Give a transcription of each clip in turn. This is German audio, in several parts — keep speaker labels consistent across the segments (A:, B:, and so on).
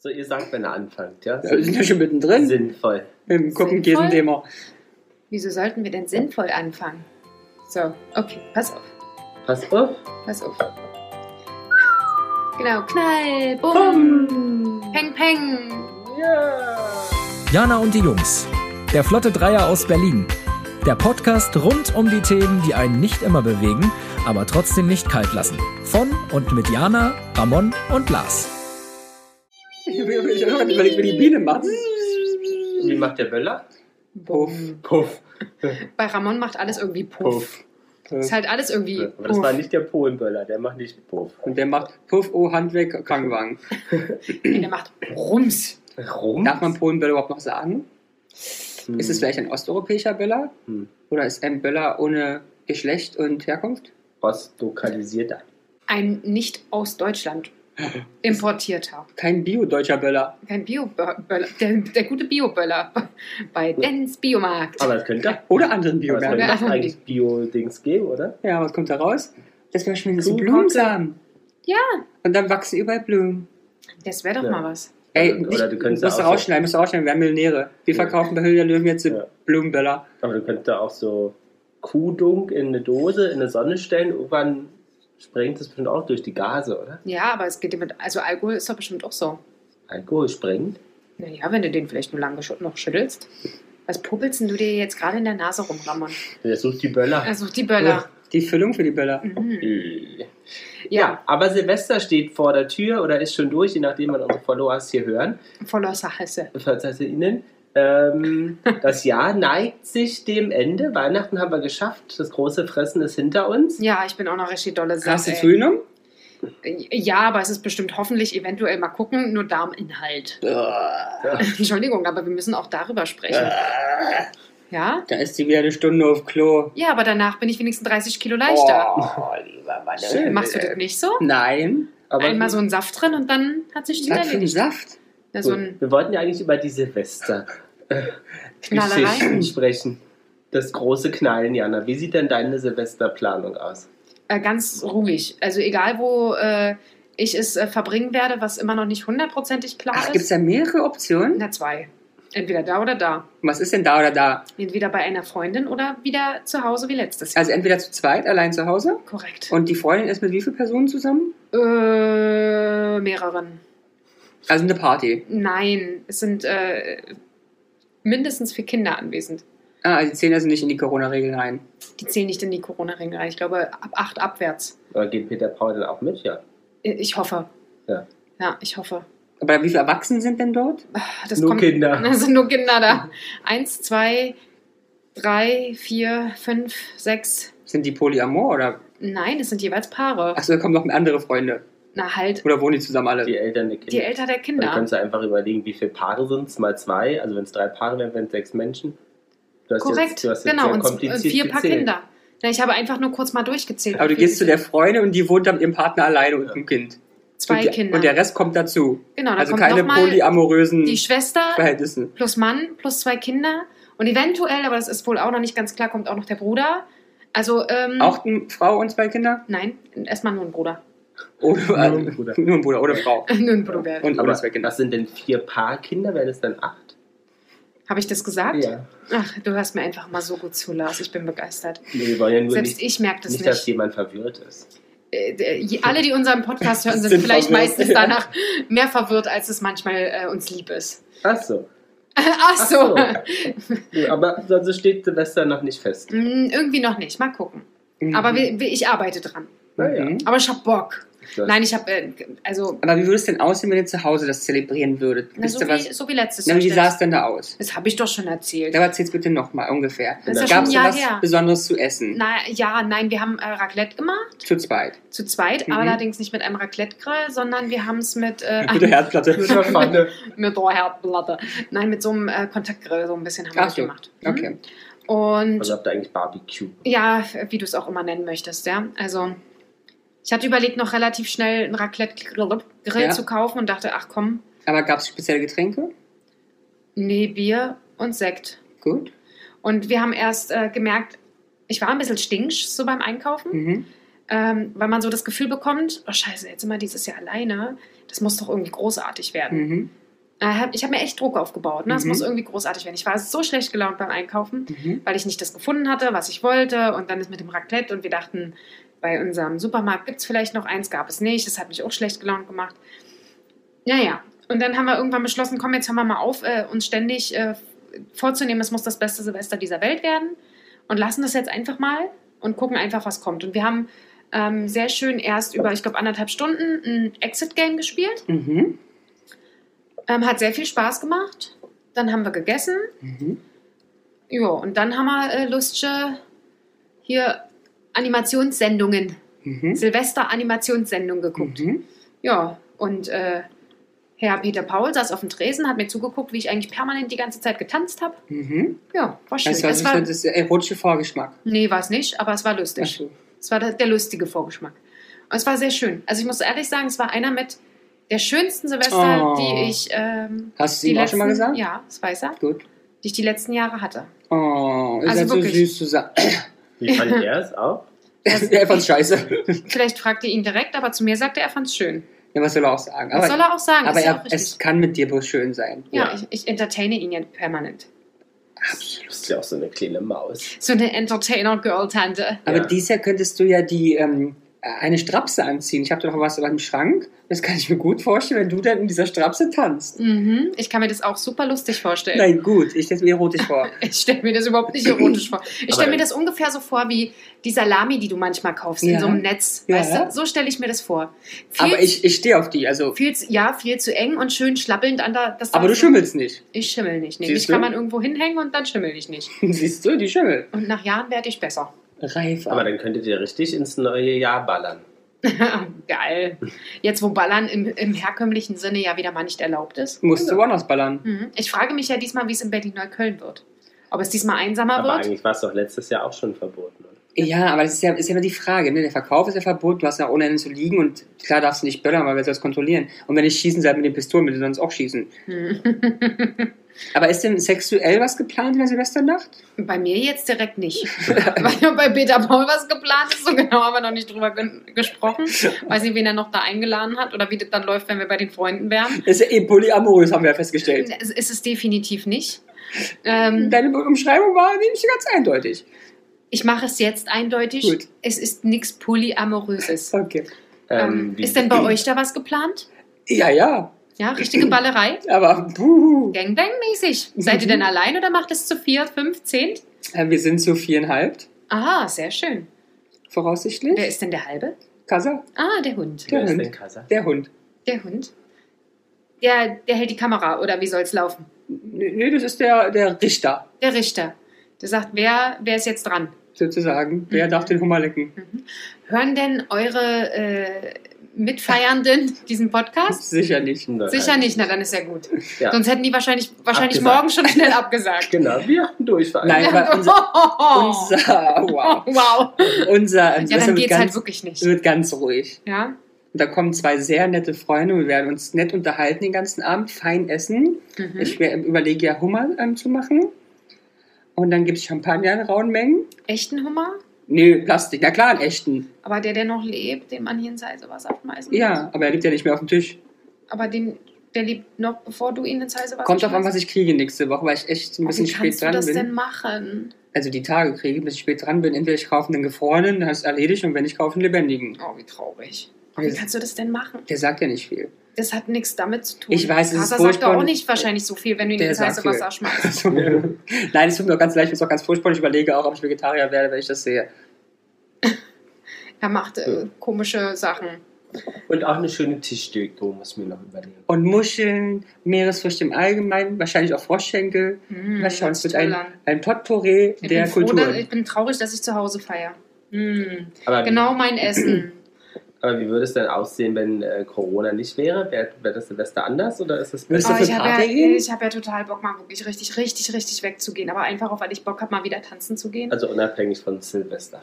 A: So, ihr sagt, wenn er anfängt, ja?
B: Ja, wir sind ja schon mittendrin
A: Sinnvoll.
B: im Kuppenkäsen-Thema.
C: Wieso sollten wir denn sinnvoll anfangen? So, okay, pass auf,
A: Pass auf.
C: pass auf. Genau, Knall, Bumm, Peng, Peng.
D: Jana und die Jungs. Der Flotte Dreier aus Berlin. Der Podcast rund um die Themen, die einen nicht immer bewegen, aber trotzdem nicht kalt lassen. Von und mit Jana, Ramon und Lars.
B: Ich habe immer überlegt, wie die Biene macht.
A: Wie macht der Böller?
B: Puff.
A: Puff.
C: Bei Ramon macht alles irgendwie Puff.
A: Puff.
C: Ist halt alles irgendwie
A: Aber das
C: Puff.
A: war nicht der Polenböller, der macht nicht Puff.
B: Und der macht Puff, oh, Hand weg, Krankenwagen.
C: Nee, der macht Rums.
A: Rum?
B: Darf man Polenböller überhaupt noch sagen?
A: Hm.
B: Ist es vielleicht ein osteuropäischer Böller?
A: Hm.
B: Oder ist ein Böller ohne Geschlecht und Herkunft?
A: Ostlokalisiert.
C: Ein nicht aus Deutschland importierter.
B: Kein bio-deutscher Böller.
C: Kein Bio-Böller. Der, der gute Bio-Böller bei Dens Biomarkt.
A: Aber es könnte.
B: Oder anderen
A: Aber es könnte
B: Biobären.
C: Böller.
A: das eigentlich Bio-Dings geben, oder?
B: Ja, was kommt da raus? Das wäre schön, so
A: Blumenkomplex.
B: Blumensamen.
C: Ja.
B: Und dann wachsen überall Blumen.
C: Das wäre doch
A: Ja.
C: mal was.
B: Ey,
A: Oder-
B: nicht,
A: oder du könntest
B: musst
A: auch
B: du
A: so-
B: rausschneiden, musst du rausschneiden, wir haben Millionäre. Wir
A: Ja.
B: verkaufen bei Höhle der Löwen jetzt
A: Ja.
B: Blumenböller.
A: Aber du könntest da auch so Kuhdunk in eine Dose, in eine Sonne stellen. Irgendwann sprengt es bestimmt auch durch die Gase, oder?
C: Ja, aber es geht dir mit. Also Alkohol ist doch bestimmt auch so.
A: Alkohol sprengt.
C: Naja, wenn du den vielleicht nur lange schü- noch schüttelst. Was puppelst denn du dir jetzt gerade in der Nase rum, Ramon?
A: Der sucht die Böller.
C: Also die Böller.
B: Die Füllung für die Böller.
C: Mhm.
A: Äh.
C: Ja,
A: Ja, aber Silvester steht vor der Tür oder ist schon durch, je nachdem, wann unsere Followers hier hören.
C: voller Sache.
A: Falls das ihr Ihnen. Ähm, das Jahr neigt sich dem Ende. Weihnachten haben wir geschafft. Das große Fressen ist hinter uns.
C: Ja, ich bin auch noch richtig dolle
B: Hast du
C: Sache.
B: es früh genommen?
C: Ja, aber es ist bestimmt hoffentlich eventuell mal gucken, nur Darminhalt.
B: Da
C: Entschuldigung, aber wir müssen auch darüber sprechen. Ja?
B: ist sie wieder eine Stunde auf Klo.
C: Ja, aber danach bin ich wenigstens 30 Kilo leichter.
B: Oh, lieber Mann.
A: Schön.
C: Machst du das nicht so?
B: Nein.
A: Aber
C: Einmal so einen Saft drin und dann hat sich die
B: Was für ein
C: erledigt.
B: Saft?
C: Ja, so
A: gut.
C: ein
A: wir wollten ja eigentlich über die Silvester-Geschichten
C: Knallerei.
A: sprechen. Das große Knallen, Jana. Wie sieht denn deine Silvesterplanung aus?
C: Äh, ganz ruhig. Also egal, wo äh, ich es äh, verbringen werde, was immer noch nicht hundertprozentig klar
B: Ach, gibt es
C: ist.
B: da mehrere Optionen?
C: Na, zwei. Entweder da oder da.
B: Was ist denn da oder da?
C: Entweder bei einer Freundin oder wieder zu Hause wie letztes Jahr.
B: Also entweder zu zweit, allein zu Hause.
C: Korrekt.
B: Also Und die Freundin ist mit wie vielen Personen zusammen?
C: äh, mehreren.
B: Also eine Party.
C: Nein, es sind äh, mindestens vier Kinder anwesend.
B: Ah, also die zählen also nicht in die Corona-Regeln rein.
C: Die zählen nicht in die Corona-Ringe rein. Ich glaube, ab acht abwärts.
A: Oder geht Peter Paul dann auch mit? Ja.
C: Äh, Ich hoffe.
A: Ja.
C: Ja, ich hoffe.
B: Aber wie viele Erwachsene sind denn dort?
C: Ah, Das
A: Nur
C: kommt,
A: Kinder.
C: Das sind nur Kinder da. Eins, zwei, drei, vier, fünf, sechs.
B: Sind die Polyamor oder?
C: Nein, es sind jeweils Paare.
B: Achso, da kommen noch andere Freunde.
C: Na halt,
B: Oder wohnen die zusammen alle?
A: Die Eltern der Kinder.
C: die Eltern der
A: Dann
C: Kinder.
A: kannst du einfach überlegen, wie viele Paare sind es, mal zwei. Also wenn es drei Paare wären, wären es sechs Menschen. Du hast
C: Korrekt,
A: jetzt- du hast jetzt
C: genau.
A: sehr
C: Und, und
A: kompliziert
C: vier Paar
A: gezählt.
C: Kinder. Na, ich habe einfach nur kurz mal durchgezählt.
B: Aber du gehst zu der Freundin und die wohnt dann mit ihrem Partner alleine und dem Kind.
C: Zwei
B: und der,
C: Kinder.
B: Und der Rest kommt dazu.
C: genau, da
B: also
C: kommt
B: keine
C: nochmal
B: polyamorösen
C: die Schwester
B: Verhältnisse.
C: plus Mann plus zwei Kinder. Und eventuell, aber das ist wohl auch noch nicht ganz klar, kommt auch noch der Bruder. Also, ähm,
B: Auch eine Frau und zwei Kinder?
C: nein, erstmal nur ein Bruder.
B: Ohne,
A: Nur ein
B: also,
A: Bruder.
B: nur ein Bruder, ohne Frau.
C: nur ein Bruder.
B: Und
A: Aber
B: ohne zwei Kinder.
A: was sind denn vier Paar Kinder? Wären es dann acht?
C: Habe ich das gesagt?
A: Ja.
C: Ach, du hörst mir einfach mal so gut zu, Lars. Ich bin begeistert.
A: Nee, wir wollen ja nur
C: Selbst
A: nicht,
C: ich merke das
A: nicht,
C: nicht.
A: dass jemand verwirrt ist.
C: Äh, d- je- Alle, die unseren Podcast hören, sind,
B: Sind
C: vielleicht
B: verwirrt,
C: meistens
B: ja.
C: danach mehr verwirrt, als es manchmal äh, uns lieb ist.
A: Ach so.
C: Ach
A: Ach
C: so.
A: so. Ja, Aber sonst steht Silvester noch nicht fest.
C: Hm, irgendwie noch nicht. Mal gucken. Mhm. Aber wir, wir, ich arbeite dran.
A: Naja.
B: Mhm.
C: Aber ich habe Bock.
A: Du hast-
C: Nein, ich habe, äh, also,
B: Aber wie würde es denn aussehen, wenn ihr zu Hause das zelebrieren würdet?
C: na,
B: Wisst
C: so,
B: ihr was?
C: wie, so wie letztes
B: Na, wie
C: Jahr.
B: sah es denn da aus?
C: Das habe ich doch schon erzählt.
B: Aber erzähl's bitte nochmal ungefähr.
C: Das ist ja
A: Gab's
C: schon
B: Gab
C: ein
B: es
C: Jahr
B: was
C: her.
B: Besonderes zu essen?
C: Na ja, nein, wir haben äh, Raclette gemacht,
B: Zu zweit.
C: zu zweit,
B: Mhm.
C: allerdings nicht mit einem Raclette-Grill, sondern wir haben es mit, äh,
B: Mit der Herdplatte.
A: Mit der Pfanne.
C: mit der Herdplatte. Nein, mit so einem äh, Kontaktgrill, so ein bisschen haben wir
B: Ach
C: das
B: so.
C: gemacht. Mhm.
B: Okay.
C: Und
A: Also habt ihr eigentlich Barbecue.
C: Ja, wie du es auch immer nennen möchtest, ja. Also, ich hatte überlegt, noch relativ schnell einen Raclette-Grill
B: Ja.
C: zu kaufen und dachte, ach komm,
B: Aber gab es spezielle Getränke?
C: nee, Bier und Sekt.
B: Gut.
C: Und wir haben erst äh, gemerkt, ich war ein bisschen stinksch so beim Einkaufen.
B: Mhm.
C: ähm, weil man so das Gefühl bekommt, oh scheiße, jetzt sind wir dieses Jahr alleine, das muss doch irgendwie großartig werden.
B: Mhm.
C: Äh, hab- Ich habe mir echt Druck aufgebaut, ne? das
B: Mhm.
C: muss irgendwie großartig werden. Ich war so schlecht gelaunt beim Einkaufen,
B: Mhm.
C: weil ich nicht das gefunden hatte, was ich wollte. Und dann ist mit dem Raclette und wir dachten, bei unserem Supermarkt gibt es vielleicht noch eins, gab es nicht. Das hat mich auch schlecht gelaunt gemacht. Naja, und dann haben wir irgendwann beschlossen, komm, jetzt hören wir mal auf, äh, uns ständig äh, vorzunehmen, es muss das beste Silvester dieser Welt werden. Und lassen das jetzt einfach mal und gucken einfach, was kommt. Und wir haben ähm, sehr schön erst über, ich glaube, anderthalb Stunden ein Exit-Game gespielt.
B: Mhm.
C: Ähm, hat sehr viel Spaß gemacht. Dann haben wir gegessen.
B: Mhm.
C: Ja, und dann haben wir äh, lustige hier Animationssendungen,
B: Mhm.
C: Silvester-Animationssendung geguckt.
B: Mhm.
C: Ja, und äh, Herr Peter Paul saß auf dem Tresen, hat mir zugeguckt, wie ich eigentlich permanent die ganze Zeit getanzt habe.
B: Mhm.
C: Ja, war schön.
B: Das war
C: Es
B: so
C: war,
B: das erotische Vorgeschmack.
C: nee, war es nicht, aber es war
B: Ach
C: lustig.
B: so.
C: Es war der, der lustige Vorgeschmack. Und es war sehr schön. Also ich muss ehrlich sagen, es war einer mit der schönsten Silvester,
B: Oh.
C: die ich ähm,
B: Hast du
C: die
B: ihm auch schon mal gesagt?
C: ja, das weiß er,
B: Gut.
C: die ich die letzten Jahre hatte.
B: Oh, ihr
C: Also
B: seid so
C: wirklich.
B: süß zusammen.
A: Wie fand er es auch?
B: er fand's scheiße.
C: Vielleicht fragt ihr ihn direkt, aber zu mir sagte er, er fand es schön.
B: Ja, was soll er auch sagen?
C: Was soll er auch sagen?
B: aber
C: ist ja
B: er,
C: auch richtig.
B: es kann mit dir bloß schön sein.
C: ja,
A: Ja.
C: Ich, ich entertaine ihn ja permanent. Ah,
A: Du bist ja auch so eine kleine Maus.
C: So eine Entertainer-Girl-Tante.
B: Aber
A: Ja.
B: dies Jahr könntest du ja die ähm, eine Strapse anziehen. Ich habe doch noch was im Schrank. Das kann ich mir gut vorstellen, wenn du dann in dieser Strapse tanzt.
C: Mhm. Ich kann mir das auch super lustig vorstellen.
B: Nein, gut, ich stelle mir erotisch vor.
C: Ich stelle mir das überhaupt nicht erotisch vor. Ich stelle
A: Aber-
C: mir das ungefähr so vor wie die Salami, die du manchmal kaufst in
B: Ja.
C: so einem Netz.
B: Ja.
C: Weißt du? So stelle ich mir das vor. Viel,
B: aber ich, ich stehe auf die, also.
C: viel zu, ja, viel zu eng und schön schlappelnd an der. Das
B: Aber du schimmelst nicht.
C: Ich schimmel nicht. Nee,
B: Siehst
C: mich
B: du?
C: kann man irgendwo hinhängen und dann schimmel ich nicht.
B: Siehst du, die schimmelt.
C: Und nach Jahren werde ich besser.
B: Reif.
A: Aber dann könntet ihr richtig ins neue Jahr ballern.
C: Ah, Geil. Jetzt, wo Ballern im, im herkömmlichen Sinne ja wieder mal nicht erlaubt ist.
B: musst du woanders ballern.
C: Mhm. Ich frage mich ja diesmal, wie es in Berlin-Neukölln wird. Ob es diesmal einsamer
A: Aber
C: wird?
A: eigentlich war es doch letztes Jahr auch schon verboten. oder?
B: Ja, aber das ist ja, ist ja immer die Frage. Ne? Der Verkauf ist ja verboten, du hast ja ohne Ende zu liegen und klar darfst du nicht böllern, weil wer soll das kontrollieren? Und wenn ich schießen soll mit den Pistolen, will du sonst auch schießen.
C: Hm.
B: Aber ist denn sexuell was geplant in der Silvesternacht?
C: Bei mir jetzt direkt nicht. Weil ja bei Peter Paul was geplant ist, so genau haben wir noch nicht drüber gen- gesprochen. Weiß nicht, wen er noch da eingeladen hat oder wie das dann läuft, wenn wir bei den Freunden wären.
B: Das ist ja eh polyamorös, haben wir ja festgestellt.
C: Es ist es definitiv nicht. Ähm,
B: Hm. Deine Umschreibung war nicht ganz eindeutig.
C: ich mache es jetzt eindeutig.
B: Gut.
C: Es ist nichts Polyamoröses.
B: Okay.
C: Ähm,
A: wie-
C: ist denn bei euch da was geplant?
B: Ja, ja,
C: Ja, richtige Ballerei?
B: aber buhu.
C: Gangbang-mäßig. Seid ihr denn allein oder macht es zu vier, fünf, zehn?
B: Äh, Wir sind zu viereinhalb,
C: Ah, sehr schön. Wer
B: voraussichtlich.
C: ist denn der halbe?
B: Kasa,
C: Ah, der Hund.
A: Wer ist denn Kasa?
B: der Hund.
C: Der Hund. Der, der hält die Kamera, oder wie soll's laufen?
B: Nee, nee, das ist der, der Richter,
C: Der Richter. Der sagt, wer, wer ist jetzt dran?
B: sozusagen. Der
C: Mhm.
B: darf den Hummer lecken.
C: Hören denn eure äh, Mitfeiernden diesen Podcast?
B: Sicher nicht.
A: Nein.
C: Sicher nicht, na dann ist ja gut.
A: Ja.
C: Sonst hätten die wahrscheinlich, wahrscheinlich
A: Abgesagt.
C: morgen schon schnell abgesagt.
A: Genau, wir hatten Durchfall.
B: Nein, aber unser,
C: Oh,
B: unser, wow.
C: wow.
B: Unser
C: Ja,
B: Silvester
C: dann
B: wird,
C: geht's halt
B: ganz,
C: wirklich nicht.
B: wird ganz ruhig.
C: Ja?
B: Und da kommen zwei sehr nette Freunde. Wir werden uns nett unterhalten den ganzen Abend, fein essen.
C: Mhm.
B: Ich wär- überlege ja Hummer ähm, zu machen. Und dann gibt es Champagner in rauen Mengen.
C: Echten Hummer?
B: Nee, Plastik. Na klar, einen echten.
C: Aber der, der noch lebt, dem man jenseits sowas abschmeißen
B: Ja, aber er liegt ja nicht mehr auf dem Tisch.
C: muss. Aber den, der lebt noch, bevor du ihn ins heiße Wasser
B: Kommt drauf an,
C: schmeißt.
B: was ich kriege nächste Woche, weil ich echt ein bisschen
C: Wie
B: spät
C: kannst
B: dran
C: du das
B: bin.
C: denn machen?
B: Also die Tage kriege, bis ich spät dran bin. Entweder ich kaufe einen gefrorenen, dann ist es erledigt, und wenn ich kaufe einen lebendigen.
C: Oh, wie traurig.
B: Ja.
C: Wie kannst du das denn machen?
B: Der sagt ja nicht viel.
C: Das hat nichts damit zu tun.
B: Ich weiß, es ist
C: Kasa sagt doch
B: furchtbar.
C: auch nicht wahrscheinlich so viel, wenn du ihn halt
B: Der
C: ins heiße
B: sagt viel.
C: Wasser schmeißt.
B: So. Nein, es tut mir auch ganz leicht, es ist auch ganz furchtbar. Und Ich überlege auch, ob ich Vegetarier werde, wenn ich das sehe.
C: Er macht äh, komische Sachen.
A: Und auch eine schöne Tischdeko, muss ich mir noch überlegen.
B: Und Muscheln, Meeresfrüchte im Allgemeinen, wahrscheinlich auch Froschschenkel.
C: Hm,
B: Mal schauen, es wird
C: toll
B: ein,
C: an.
B: ein Potpourri
C: ich
B: der
C: bin froh,
B: Kultur.
C: dass, Ich bin traurig, dass ich zu Hause feiere. Hm,
A: Aber,
C: genau mein Essen.
A: aber wie würde es denn aussehen, wenn äh, Corona nicht wäre? Wäre wär das Silvester anders oder ist Ah, es
B: Müsste-
A: besser?
C: Oh,
B: das
C: ich
B: eine
C: habe ja,
B: Party gehen?
C: ich hab ja total Bock, mal wirklich richtig, richtig, richtig wegzugehen. Aber einfach auch, weil ich Bock habe, mal wieder tanzen zu gehen.
A: Also unabhängig von Silvester.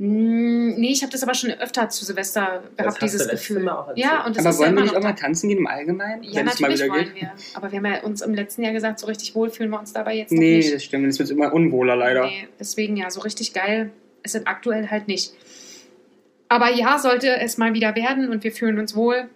C: Hm, nee, ich habe das aber schon öfter zu Silvester gehabt,
A: hast
C: dieses
A: du letztes
C: Gefühl.
A: Mal auch erzählt.
C: ja, und das
B: Aber
C: ist ja
B: wollen
C: immer
B: wir nicht
C: noch
B: auch mal tanzen gehen im Allgemeinen?
C: Ja, natürlich wollen wir. Aber wir haben ja uns im letzten Jahr gesagt, so richtig wohl fühlen wir uns dabei jetzt noch
B: Nee,
C: nicht.
B: das stimmt. Es wird immer unwohler leider.
C: Nee, deswegen ja, so richtig geil ist es aktuell halt nicht. Aber ja, sollte es mal wieder werden und wir fühlen uns wohl.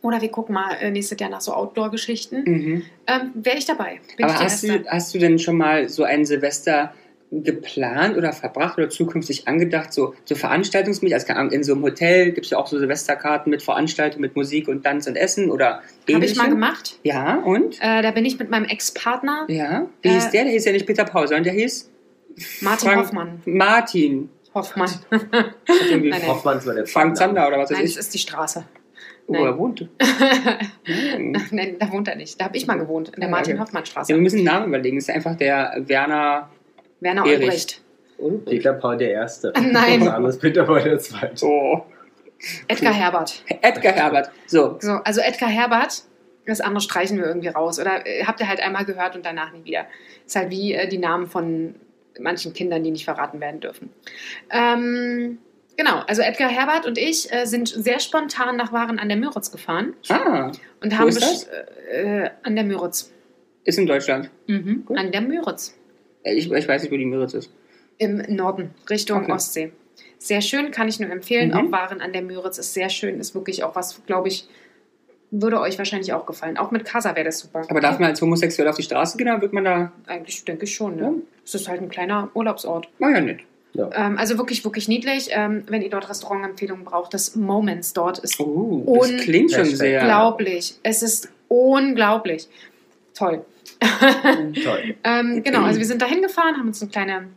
C: Oder wir gucken mal äh, nächstes Jahr nach so Outdoor-Geschichten.
B: Mhm.
C: Ähm, Wäre ich dabei. Bin ich
B: Aber
C: die
B: hast
C: Erste.
B: du, hast du denn schon mal so ein Silvester geplant oder verbracht oder zukünftig angedacht, so, so veranstaltungsmäßig? Also keine Ahnung, in so einem Hotel gibt es ja auch so Silvesterkarten mit Veranstaltungen, mit Musik und Tanz und Essen oder
C: Habe ich mal
B: ähnlichem.
C: gemacht.
B: Ja, und?
C: Äh, da bin ich mit meinem Ex-Partner
B: Ja. Wie hieß
C: Äh,
B: der? Der hieß ja nicht Peter Paul, sondern der hieß
C: Martin
B: Frank-
C: Hoffmann.
B: Martin.
C: Hoffmann.
B: Ich hab irgendwie
C: Nein, nein.
A: Hoffmann war der
B: Frank
A: Vorname.
B: Zander oder was weiß
C: Nein, es
B: ich.
C: ist die Straße.
B: Wo
C: nein.
B: er wohnte. Hm.
C: Nein, da wohnt er nicht. Da habe ich mal gewohnt, in der
B: Ja, okay. Ja,
C: Martin-Hoffmann-Straße.
B: wir müssen einen Namen überlegen. Es ist einfach der Werner.
C: Werner
B: Erich.
C: Ulbricht.
A: Peter Paul der Erste.
C: Nein.
A: Name ist Peter Paul der Zweite.
B: Oh.
C: Edgar Herbert.
B: Edgar Herbert. So.
C: So, also Edgar Herbert, das andere streichen wir irgendwie raus. Oder äh, habt ihr halt einmal gehört und danach nie wieder. Ist halt wie äh, die Namen von manchen Kindern, die nicht verraten werden dürfen. Ähm, genau, also Edgar Herbert und ich äh, sind sehr spontan nach Waren an der Müritz gefahren
B: Ah,
C: und
B: Wo
C: haben
B: ist
C: besch-
B: das?
C: äh, äh, an der Müritz.
B: ist in Deutschland.
C: Mhm.
B: Gut.
C: An der Müritz.
B: Ich, ich weiß nicht, wo die Müritz ist.
C: Im Norden, Richtung
B: Okay.
C: Ostsee. Sehr schön, kann ich nur empfehlen.
B: Mhm.
C: Auch Waren an der Müritz ist sehr schön, ist wirklich auch was, glaube ich, würde euch wahrscheinlich auch gefallen. Auch mit Casa wäre das super.
B: Aber darf man als homosexuell auf die Straße gehen, dann wird man da.
C: Eigentlich denke ich schon,
B: Ja.
C: ne? Es ist halt ein kleiner Urlaubsort.
B: Na ja, nicht.
C: Ähm, also wirklich, wirklich niedlich. Ähm, wenn ihr dort Restaurantempfehlungen braucht, das Moments dort ist
B: Oh,
C: Und-
B: das klingt schon
A: Hashtag.
B: sehr.
C: unglaublich. Es ist unglaublich. Toll.
A: Toll.
C: Ähm, genau, also wir sind da hingefahren, haben uns eine kleine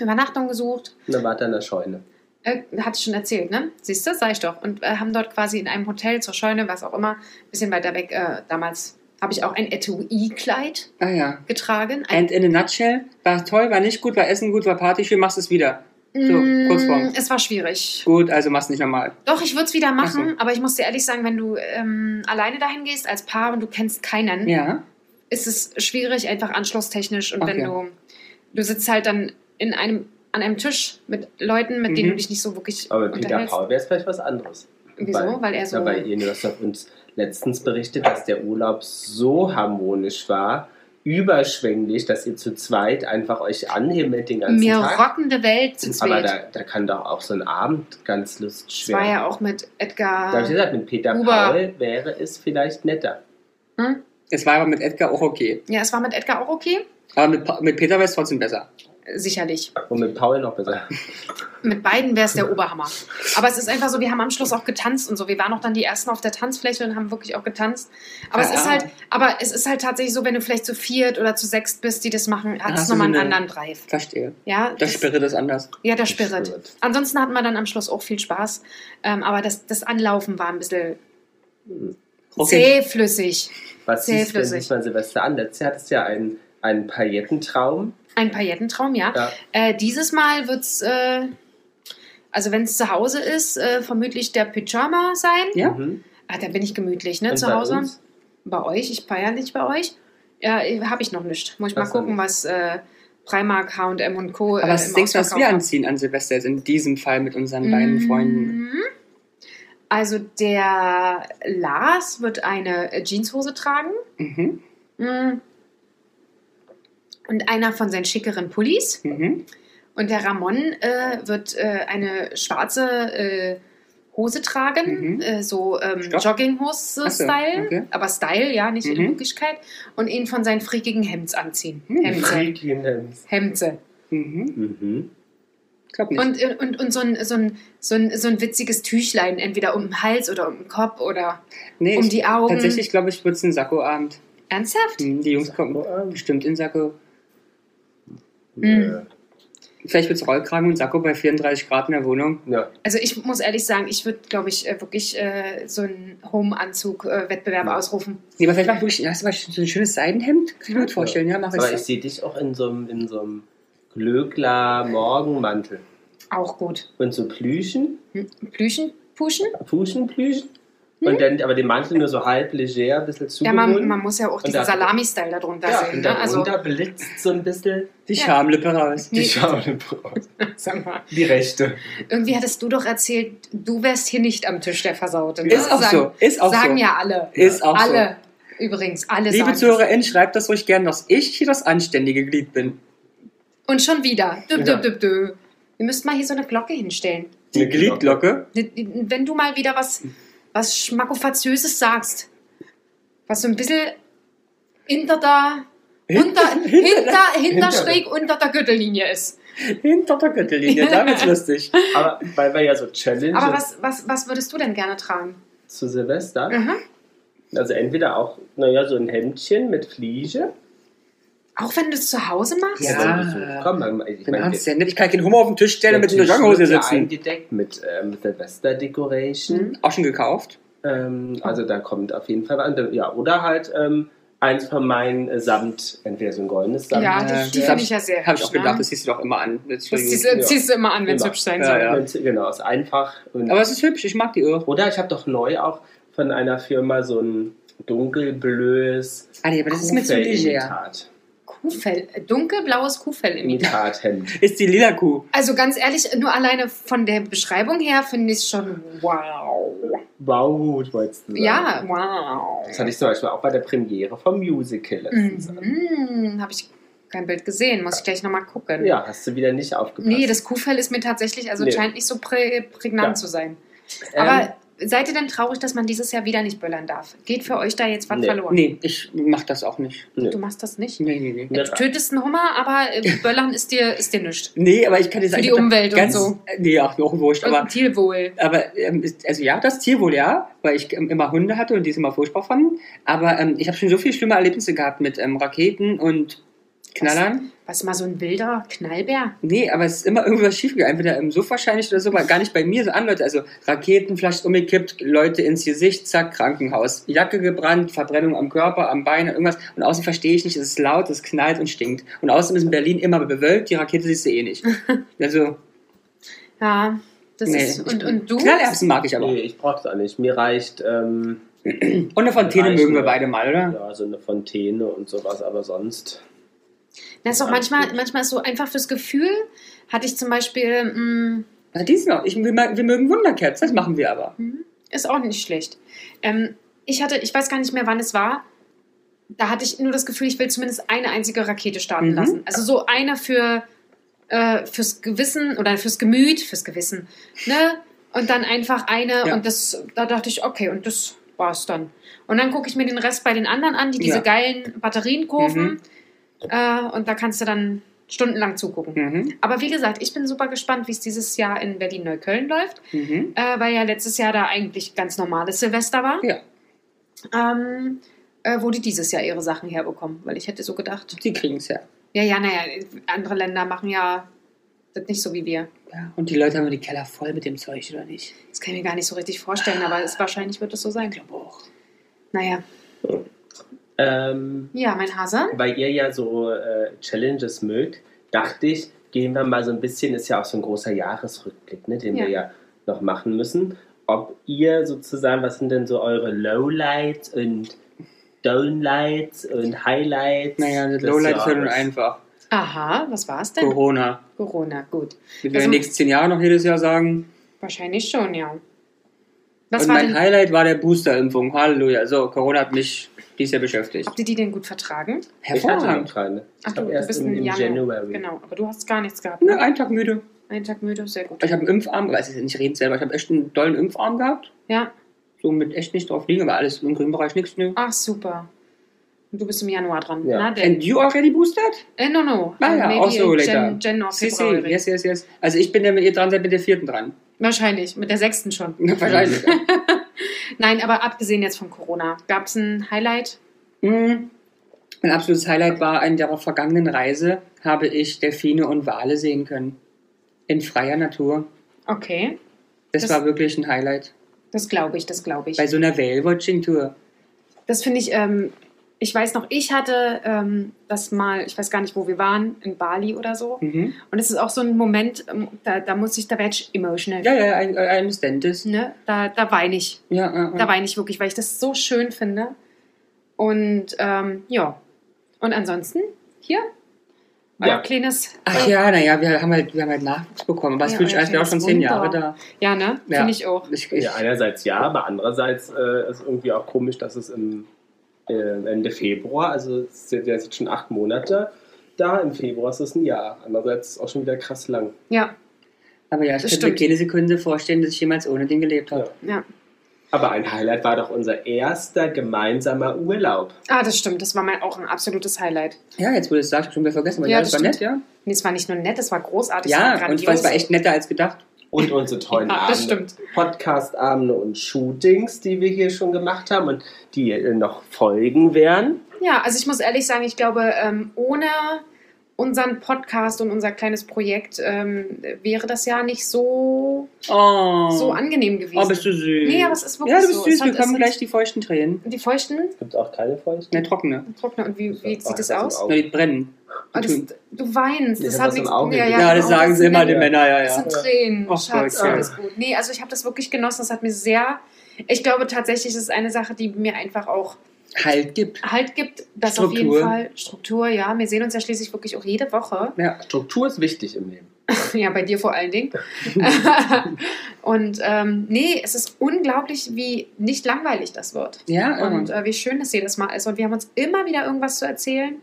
C: Übernachtung gesucht.
A: Und dann war er in der Scheune.
C: Äh, hatte ich schon erzählt, ne? Siehst du, sag ich doch. Und äh, haben dort quasi in einem Hotel zur Scheune, was auch immer, ein bisschen weiter weg, äh, damals habe ich auch ein Etui-Kleid
B: Ah ja.
C: getragen. Ein,
B: And in a nutshell, war toll, war nicht gut, war Essen gut, war Party schön, machst es wieder. so, kurz vorm-
C: Mm, es war schwierig.
B: Gut, also machst nicht nochmal.
C: Doch, ich würde es wieder machen,
B: Ach
C: aber ich muss dir ehrlich sagen, wenn du ähm, alleine dahin gehst als Paar und du kennst keinen,
B: Ja.
C: ist es schwierig, einfach anschlusstechnisch. Und wenn
B: Okay.
C: du, du sitzt halt dann in einem, an einem Tisch mit Leuten, mit denen
B: Mhm.
C: du dich nicht so wirklich
A: Aber mit Peter
C: unterhältst.
A: Paul wäre es vielleicht was anderes.
C: Wieso? Weil er so.
A: Dabei, ihr du hast doch uns letztens berichtet, dass der Urlaub so harmonisch war, überschwänglich, dass ihr zu zweit einfach euch anhimmelt den ganzen
C: Mir
A: Tag.
C: rockende Welt zu
A: Aber
C: zweit.
A: da, da kann doch auch so ein Abend ganz
C: Das war
A: lustschwer.
C: ja auch mit
A: Da habe ich
C: Edgar.
A: gesagt, mit Peter
C: Uber.
A: Paul wäre es vielleicht netter.
C: Hm?
B: Es war aber mit Edgar auch okay.
C: Ja, es war mit Edgar auch okay.
B: Aber mit, Pa- mit Peter wäre es trotzdem besser.
C: Sicherlich.
A: Und mit Paul noch besser.
C: Mit beiden wäre es der Oberhammer. Aber es ist einfach so, wir haben am Schluss auch getanzt und so. Wir waren auch dann die ersten auf der Tanzfläche und haben wirklich auch getanzt. Aber es
B: Ah.
C: ist halt, aber es ist halt tatsächlich so, wenn du vielleicht zu viert oder zu sechst bist, die das machen, hat
B: Hast
C: es
B: du
C: nochmal
B: so
C: einen
B: eine-
C: anderen Drive.
B: Verstehe.
C: Ja,
B: Das Spirit ist anders.
C: ja, der Spirit. Ansonsten hatten wir dann am Schluss auch viel Spaß. Ähm, aber das, das Anlaufen war ein bisschen
B: Okay.
C: zähflüssig.
A: Was
C: Sehr
A: siehst du denn
C: flüssig.
A: nicht mal Silvester an? Letztes Jahr hattest du ja einen, einen Paillettentraum.
C: Ein Paillettentraum, ja.
A: Ja.
C: Äh, dieses Mal wird es, äh, also wenn es zu Hause ist, äh, vermutlich der Pyjama sein.
B: Ja?
A: Mhm.
C: Ah, da bin ich gemütlich, ne,
A: Und
C: zu
A: bei
C: Hause.
A: uns?
C: Bei euch, ich feiere nicht bei euch. Ja, habe ich noch nicht. Muss ich mal
A: Hast du
C: gucken,
A: nicht.
C: was äh, Primark, H&M und Co.
B: Aber
C: äh,
B: was
C: im
B: denkst du, was
C: Ausverkauf
B: wir
C: haben.
B: anziehen an Silvester jetzt in diesem Fall mit unseren beiden
C: Mhm.
B: Freunden?
C: Also der Lars wird eine äh, Jeanshose tragen
B: Mhm.
C: Mhm. und einer von seinen schickeren Pullis.
B: Mhm.
C: Und der Ramon äh, wird äh, eine schwarze äh, Hose tragen,
B: Mhm.
C: äh, so ähm,
B: Stoff?
C: Jogginghose-Style,
B: Ach so, okay.
C: aber Style, ja, nicht in
B: Mhm.
C: Wirklichkeit. Und ihn von seinen freakigen Hemds anziehen.
B: Mhm.
C: Hemdse.
A: Freakiness.
C: Hemdse.
B: Mhm.
A: Mhm.
B: Glaub nicht.
C: Und, äh, und, und so, ein, so, ein, so, ein, so ein witziges Tüchlein, entweder um den Hals oder um den Kopf oder
B: nee,
C: um
B: ich,
C: die Augen.
B: tatsächlich glaube ich, wird es ein Sakko-Abend.
C: Ernsthaft?
B: Hm, Die Jungs kommen bestimmt in Sakko.
A: Mhm.
B: Vielleicht wird es Rollkragen und Sakko bei 34 Grad in der Wohnung.
A: Ja.
C: Also ich muss ehrlich sagen, ich würde, glaube ich, äh, wirklich äh, so einen
B: Hm.
C: Home-Anzug-Wettbewerb
A: Ja.
C: ausrufen.
B: Nee, aber vielleicht mach ich wirklich, hast du mal so ein schönes Seidenhemd? Kann ich mir gut vorstellen, ja, mach
A: Aber ich
B: ich.
A: sehe dich auch in so einem, in so einem Glöckler Morgenmantel.
C: Auch gut.
A: Und so Plüschen,
C: Hm? Plüschen? Puschen?
A: Puschen, Plüschen. Und dann aber den Mantel nur so halb leger, ein bisschen
C: Mhm. Ja,
A: zugebunden.
C: man, man muss ja auch diesen
A: da-
C: Salami-Style darunter
A: ja,
C: sehen.
A: und
C: Ne?
A: dann
C: Also,
A: blitzt so ein bisschen
B: Die
C: Ja.
B: Schamlippe raus.
C: Nee.
A: die Schaune raus.
C: sag mal,
A: Die rechte.
C: irgendwie hattest du doch erzählt, du wärst hier nicht am Tisch der Versaute. ne?
B: Ist auch
C: sagen,
B: so, ist auch
C: Sagen
B: so.
C: ja alle.
B: Ist auch
C: alle. Übrigens, alle
B: so. Liebe
C: sagen es.
B: ZuhörerInnen, schreibt das ruhig gern, dass ich hier das anständige Glied bin.
C: Und schon wieder. Dü,
A: Ja.
C: dü, dü, dü. Wir müssten mal hier so eine Glocke hinstellen.
B: Die Gliedglocke.
C: Wenn du mal wieder was, was Schmackofaziöses sagst, was so ein bisschen hinter der, unter, hinter, hinter, schräg unter der Gürtellinie ist.
B: Hinter der Gürtellinie, da wird's lustig.
A: Aber weil wir ja so Challenges
C: Aber was, was, was würdest du denn gerne tragen?
A: zu Silvester,
C: Mhm.
A: also entweder auch, naja, so ein Hemdchen mit Fliege.
C: Auch wenn du es zu Hause machst?
B: Ja.
A: Also, komm, man- ich
B: Genau,
A: meine,
B: das ist ja nett. Ich kann keinen Hummer auf den Tisch stellen und mit einer Jogginghose
A: ja
B: sitzen.
A: eingedeckt mit ähm,
C: Mhm.
A: Silvester-Decoration.
B: Auch schon gekauft.
A: Ähm, also da kommt auf jeden Fall was. Ja, oder halt ähm, eins von meinen äh, Samt, entweder so ein goldenes Samt.
C: Ja,
B: Äh,
C: das
B: das
C: finde
B: hab
C: ich ja sehr
B: Habe ich auch
C: hübsch,
B: gedacht,
C: ne?
B: das siehst du doch immer an. Das ist
C: Das
B: so
C: ziehst,
A: Ja.
C: ziehst du immer an, wenn es
A: Immer.
C: hübsch sein
B: Ja,
C: soll.
B: ja.
A: Wenn's- Genau, ist einfach. Und,
B: Aber es ist hübsch, ich mag die auch.
A: oder ich habe doch neu auch von einer Firma so ein dunkelblöes
B: Ah, nee, aber das ist mir zu leger.
A: Kuhfell-Imitat.
C: Kuhfell, äh, dunkelblaues
A: Mhm.
C: Kuhfellimitat.
A: Imitathemd.
B: Ist die lila Kuh.
C: Also ganz ehrlich, nur alleine von der Beschreibung her finde ich es schon wow.
A: Wow, gut, wolltest du sagen.
C: Ja, wow.
A: Das hatte ich zum Beispiel auch bei der Premiere vom Musical letztens an.
C: Mhm, habe ich kein Bild gesehen, muss ich gleich nochmal gucken.
A: Ja, hast du wieder nicht aufgepasst.
C: Nee, das Kuhfell ist mir tatsächlich, also
A: Nee.
C: scheint nicht so prä prägnant
A: Ja.
C: zu sein.
A: Ähm,
C: Aber seid ihr denn traurig, dass man dieses Jahr wieder nicht böllern darf? Geht für euch da jetzt was
A: Nee.
C: verloren?
B: Nee, ich mach das auch nicht.
A: nee.
C: Du machst das nicht?
B: Nee, nee, nee.
A: Ja.
C: Du tötest einen Hummer, aber äh, böllern ist dir, ist dir nichts.
B: Nee, aber ich kann dir
C: Für
B: sagen,
C: die
B: ich hab da
C: Umwelt und
B: ganz,
C: so.
B: Nee, ach, mir auch wurscht. Aber,
C: Und Tierwohl.
B: aber ähm, ist, also ja, das Tierwohl, ja, weil ich ähm, immer Hunde hatte und die es immer furchtbar fanden. Aber ähm, ich habe schon so viele schlimme Erlebnisse gehabt mit ähm, Raketen und Knallern.
C: Was mal so ein wilder Knallbär?
B: Nee, aber es ist immer irgendwas schiefgegangen. Entweder im Sofa wahrscheinlich oder so, aber gar nicht bei mir, so an Leute. Also Raketen, vielleicht umgekippt, Leute ins Gesicht, zack, Krankenhaus. Jacke gebrannt, Verbrennung am Körper, am Bein, an irgendwas. Und außen verstehe ich nicht, es ist laut, es knallt und stinkt. Und außerdem ist in Berlin immer bewölkt, die Rakete siehst du eh nicht. Also,
C: Ja, das
B: nee.
C: ist. Und, und du?
B: Knallerbsen mag ich aber.
A: Nee, ich brauch's auch nicht. Mir reicht ähm,
B: Und eine Fontäne
A: Reichen,
B: mögen wir
A: ja.
B: beide mal, oder?
A: ja, so eine Fontäne und sowas, aber sonst.
C: Das ist auch
A: Ja,
C: manchmal,
A: gut.
C: manchmal ist so einfach fürs Gefühl, hatte ich zum Beispiel, mm, mh,
B: Na, dies noch. Ich, wir, mag- wir mögen Wundercats, das machen wir aber.
C: ist auch nicht schlecht. Ähm, ich hatte, ich weiß gar nicht mehr, wann es war, da hatte ich nur das Gefühl, ich will zumindest eine einzige Rakete starten
B: Mhm.
C: lassen. Also so eine für, äh, fürs Gewissen oder fürs Gemüt, fürs Gewissen. Ne? Und dann einfach eine
B: Ja.
C: und das, da dachte ich, okay, und das war's dann. Und dann gucke ich mir den Rest bei den anderen an, die diese
B: Ja.
C: geilen Batterien kurven.
B: Mhm.
C: Äh, und da kannst du dann stundenlang zugucken.
B: Mhm.
C: Aber wie gesagt, ich bin super gespannt, wie es dieses Jahr in Berlin-Neukölln läuft,
B: Mhm.
C: äh, weil ja letztes Jahr da eigentlich ganz normales Silvester war.
B: Ja.
C: Ähm, äh, wo die dieses Jahr ihre Sachen herbekommen, weil ich hätte so gedacht.
B: Die kriegen es ja.
C: Ja, ja, naja, andere Länder machen ja das nicht so wie wir.
B: ja. Und die Leute haben die Keller voll mit dem Zeug, oder nicht?
C: Das kann ich mir gar nicht so richtig vorstellen, aber es, wahrscheinlich wird es so sein.
B: Ich glaube auch.
C: Naja,
A: Ähm,
C: ja, mein Hase.
A: weil ihr ja so äh, Challenges mögt, dachte ich, gehen wir mal so ein bisschen, ist ja auch so ein großer Jahresrückblick, ne, den
C: Ja.
A: wir ja noch machen müssen. Ob ihr sozusagen, was sind denn so eure Lowlights und Downlights und Highlights?
B: Naja, also das
A: des
B: Lowlight ist ja nun
A: Jahres?
B: einfach.
C: Aha, was war es denn?
B: Corona.
C: Corona, gut.
B: Wir
C: Also-
B: werden die nächsten zehn Jahre noch jedes Jahr sagen.
C: Wahrscheinlich schon, ja. Was
B: Und
C: war
B: mein
C: denn?
B: Highlight war der Booster-Impfung. Halleluja. So, Corona hat mich dies Jahr beschäftigt.
C: Habt ihr die denn gut vertragen?
A: Ich hatte noch
B: Hervorragend.
A: keine.
C: Ach,
A: Ich
C: du,
A: glaub,
C: du
A: erst
C: bist
A: im,
C: im
A: im
C: Januar.
A: January.
C: Genau, aber du hast gar nichts gehabt.
B: Ne, einen Tag müde.
C: Einen Tag müde, sehr gut.
B: Ich habe einen Impfarm, weiß ich nicht, reden selber. Ich habe echt einen tollen Impfarm gehabt.
C: Ja,
B: So mit echt nicht drauf liegen, aber alles im grünen Bereich, nichts, ne?
C: ach super. Und du bist im Januar dran.
A: Ja.
C: Na
B: And
C: denn.
B: you already boosted?
C: Äh, no, no.
B: Ah ja,
C: Maybe
B: auch so
C: in
B: later.
C: Gen, Gen or
B: Si, si,
C: Ah, February.
B: yes, yes, yes. Also ich bin ja, wenn ihr dran seid, mit der vierten dran.
C: Wahrscheinlich, mit der sechsten schon.
B: Wahrscheinlich.
C: Nein, aber abgesehen jetzt von Corona, gab es ein Highlight?
B: Mm. Mein absolutes Highlight war, an der vergangenen Reise habe ich Delfine und Wale sehen können. In freier Natur.
C: Okay,
B: Das,
C: Das-
B: war wirklich ein Highlight.
C: das glaube ich, das glaube ich.
B: Bei so einer Whale-Watching-Tour.
C: Das finde ich, ähm, ich weiß noch, ich hatte ähm, das mal, ich weiß gar nicht, wo wir waren, in Bali oder so.
B: Mhm.
C: Und es ist auch so ein Moment, ähm, da, da muss ich, da werde ich emotional.
B: Ja, ja, I, I understand this.
C: Ne? Da, da weine ich.
B: Ja, ja, ja.
C: Da weine ich wirklich, weil ich das so schön finde. Und ähm, ja. Und ansonsten hier euer
A: Ja.
C: kleines.
B: Ach ja, naja, wir haben halt, wir haben halt Nachwuchs bekommen. Aber das
C: Ja,
B: fühle ich
C: euer
B: als wäre auch schon
C: kleines
B: zehn
C: Wunder.
B: Jahre da.
C: Ja, ne?
B: Ja.
C: Finde ich auch.
B: Ich, ich,
A: Ja, einerseits ja, aber andererseits äh, ist irgendwie auch komisch, dass es im äh, Ende Februar, also es sind ja jetzt schon acht Monate, da im Februar ist es ein Jahr. Andererseits ist es auch schon wieder krass lang.
C: Ja.
B: Aber ja, ich
C: Das
B: könnte mir
C: stimmt.
B: keine Sekunde vorstellen, dass ich jemals ohne den gelebt habe.
A: Ja.
C: Ja.
A: Aber ein Highlight war doch unser erster gemeinsamer Urlaub.
C: Ah, das stimmt. Das war mein, auch ein absolutes Highlight.
B: Ja, jetzt wurde es gesagt, schon wieder vergessen, weil
C: Ja,
B: ja, das
C: das
B: war nett, ja?
C: Nee, es war nicht nur nett, es war großartig. es war
B: Ja, und ich
C: grandios.
B: weiß, war echt netter als gedacht.
A: Und unsere tollen
C: Ja,
A: Abende.
C: das stimmt.
A: Podcast-Abende und Shootings, die wir hier schon gemacht haben und die äh, noch folgen werden.
C: Ja, also ich muss ehrlich sagen, ich glaube, ähm, ohne unseren Podcast und unser kleines Projekt ähm, wäre das ja nicht so,
B: Oh,
C: so angenehm gewesen.
B: oh bist du süß.
C: nee, aber es ist wirklich
B: ja, du bist
C: so. Es
B: süß,
C: hat-
B: wir
C: es
B: kommen
C: hat-
B: gleich die feuchten Tränen.
C: Die feuchten,
A: Gibt es auch keine Folgen?
B: Ne, trockene.
C: trockene und wie, wie
A: Oh,
C: sieht das
A: das ist
C: aus?
A: auch-
B: Na, die brennen.
C: Oh, das, du weinst.
A: Ich
C: Das
A: hab
C: hat
A: was im
C: nichts
A: Auge.
B: Ja,
A: Ja,
B: das
C: genau,
B: sagen sie
C: sind
B: immer,
C: ja-
B: die Männer, ja,
C: Das
B: ja.
C: sind Tränen.
B: Ach,
C: Schatz,
B: Gott, ja.
C: alles gut. Nee, also ich habe das wirklich genossen. Das hat mir sehr. Ich glaube tatsächlich, das ist eine Sache, die mir einfach auch
B: Halt gibt.
C: Halt gibt. Das auf jeden
B: Struktur.
C: Fall Struktur, ja. Wir sehen uns ja schließlich wirklich auch jede Woche.
B: Ja.
A: Struktur ist wichtig im Leben.
C: Ja, bei dir vor allen Dingen. und ähm, nee, es ist unglaublich, wie nicht langweilig das wird.
B: Ja, oh.
C: Und
B: und,
C: äh, wie schön das jedes Mal ist. Und wir haben uns immer wieder irgendwas zu erzählen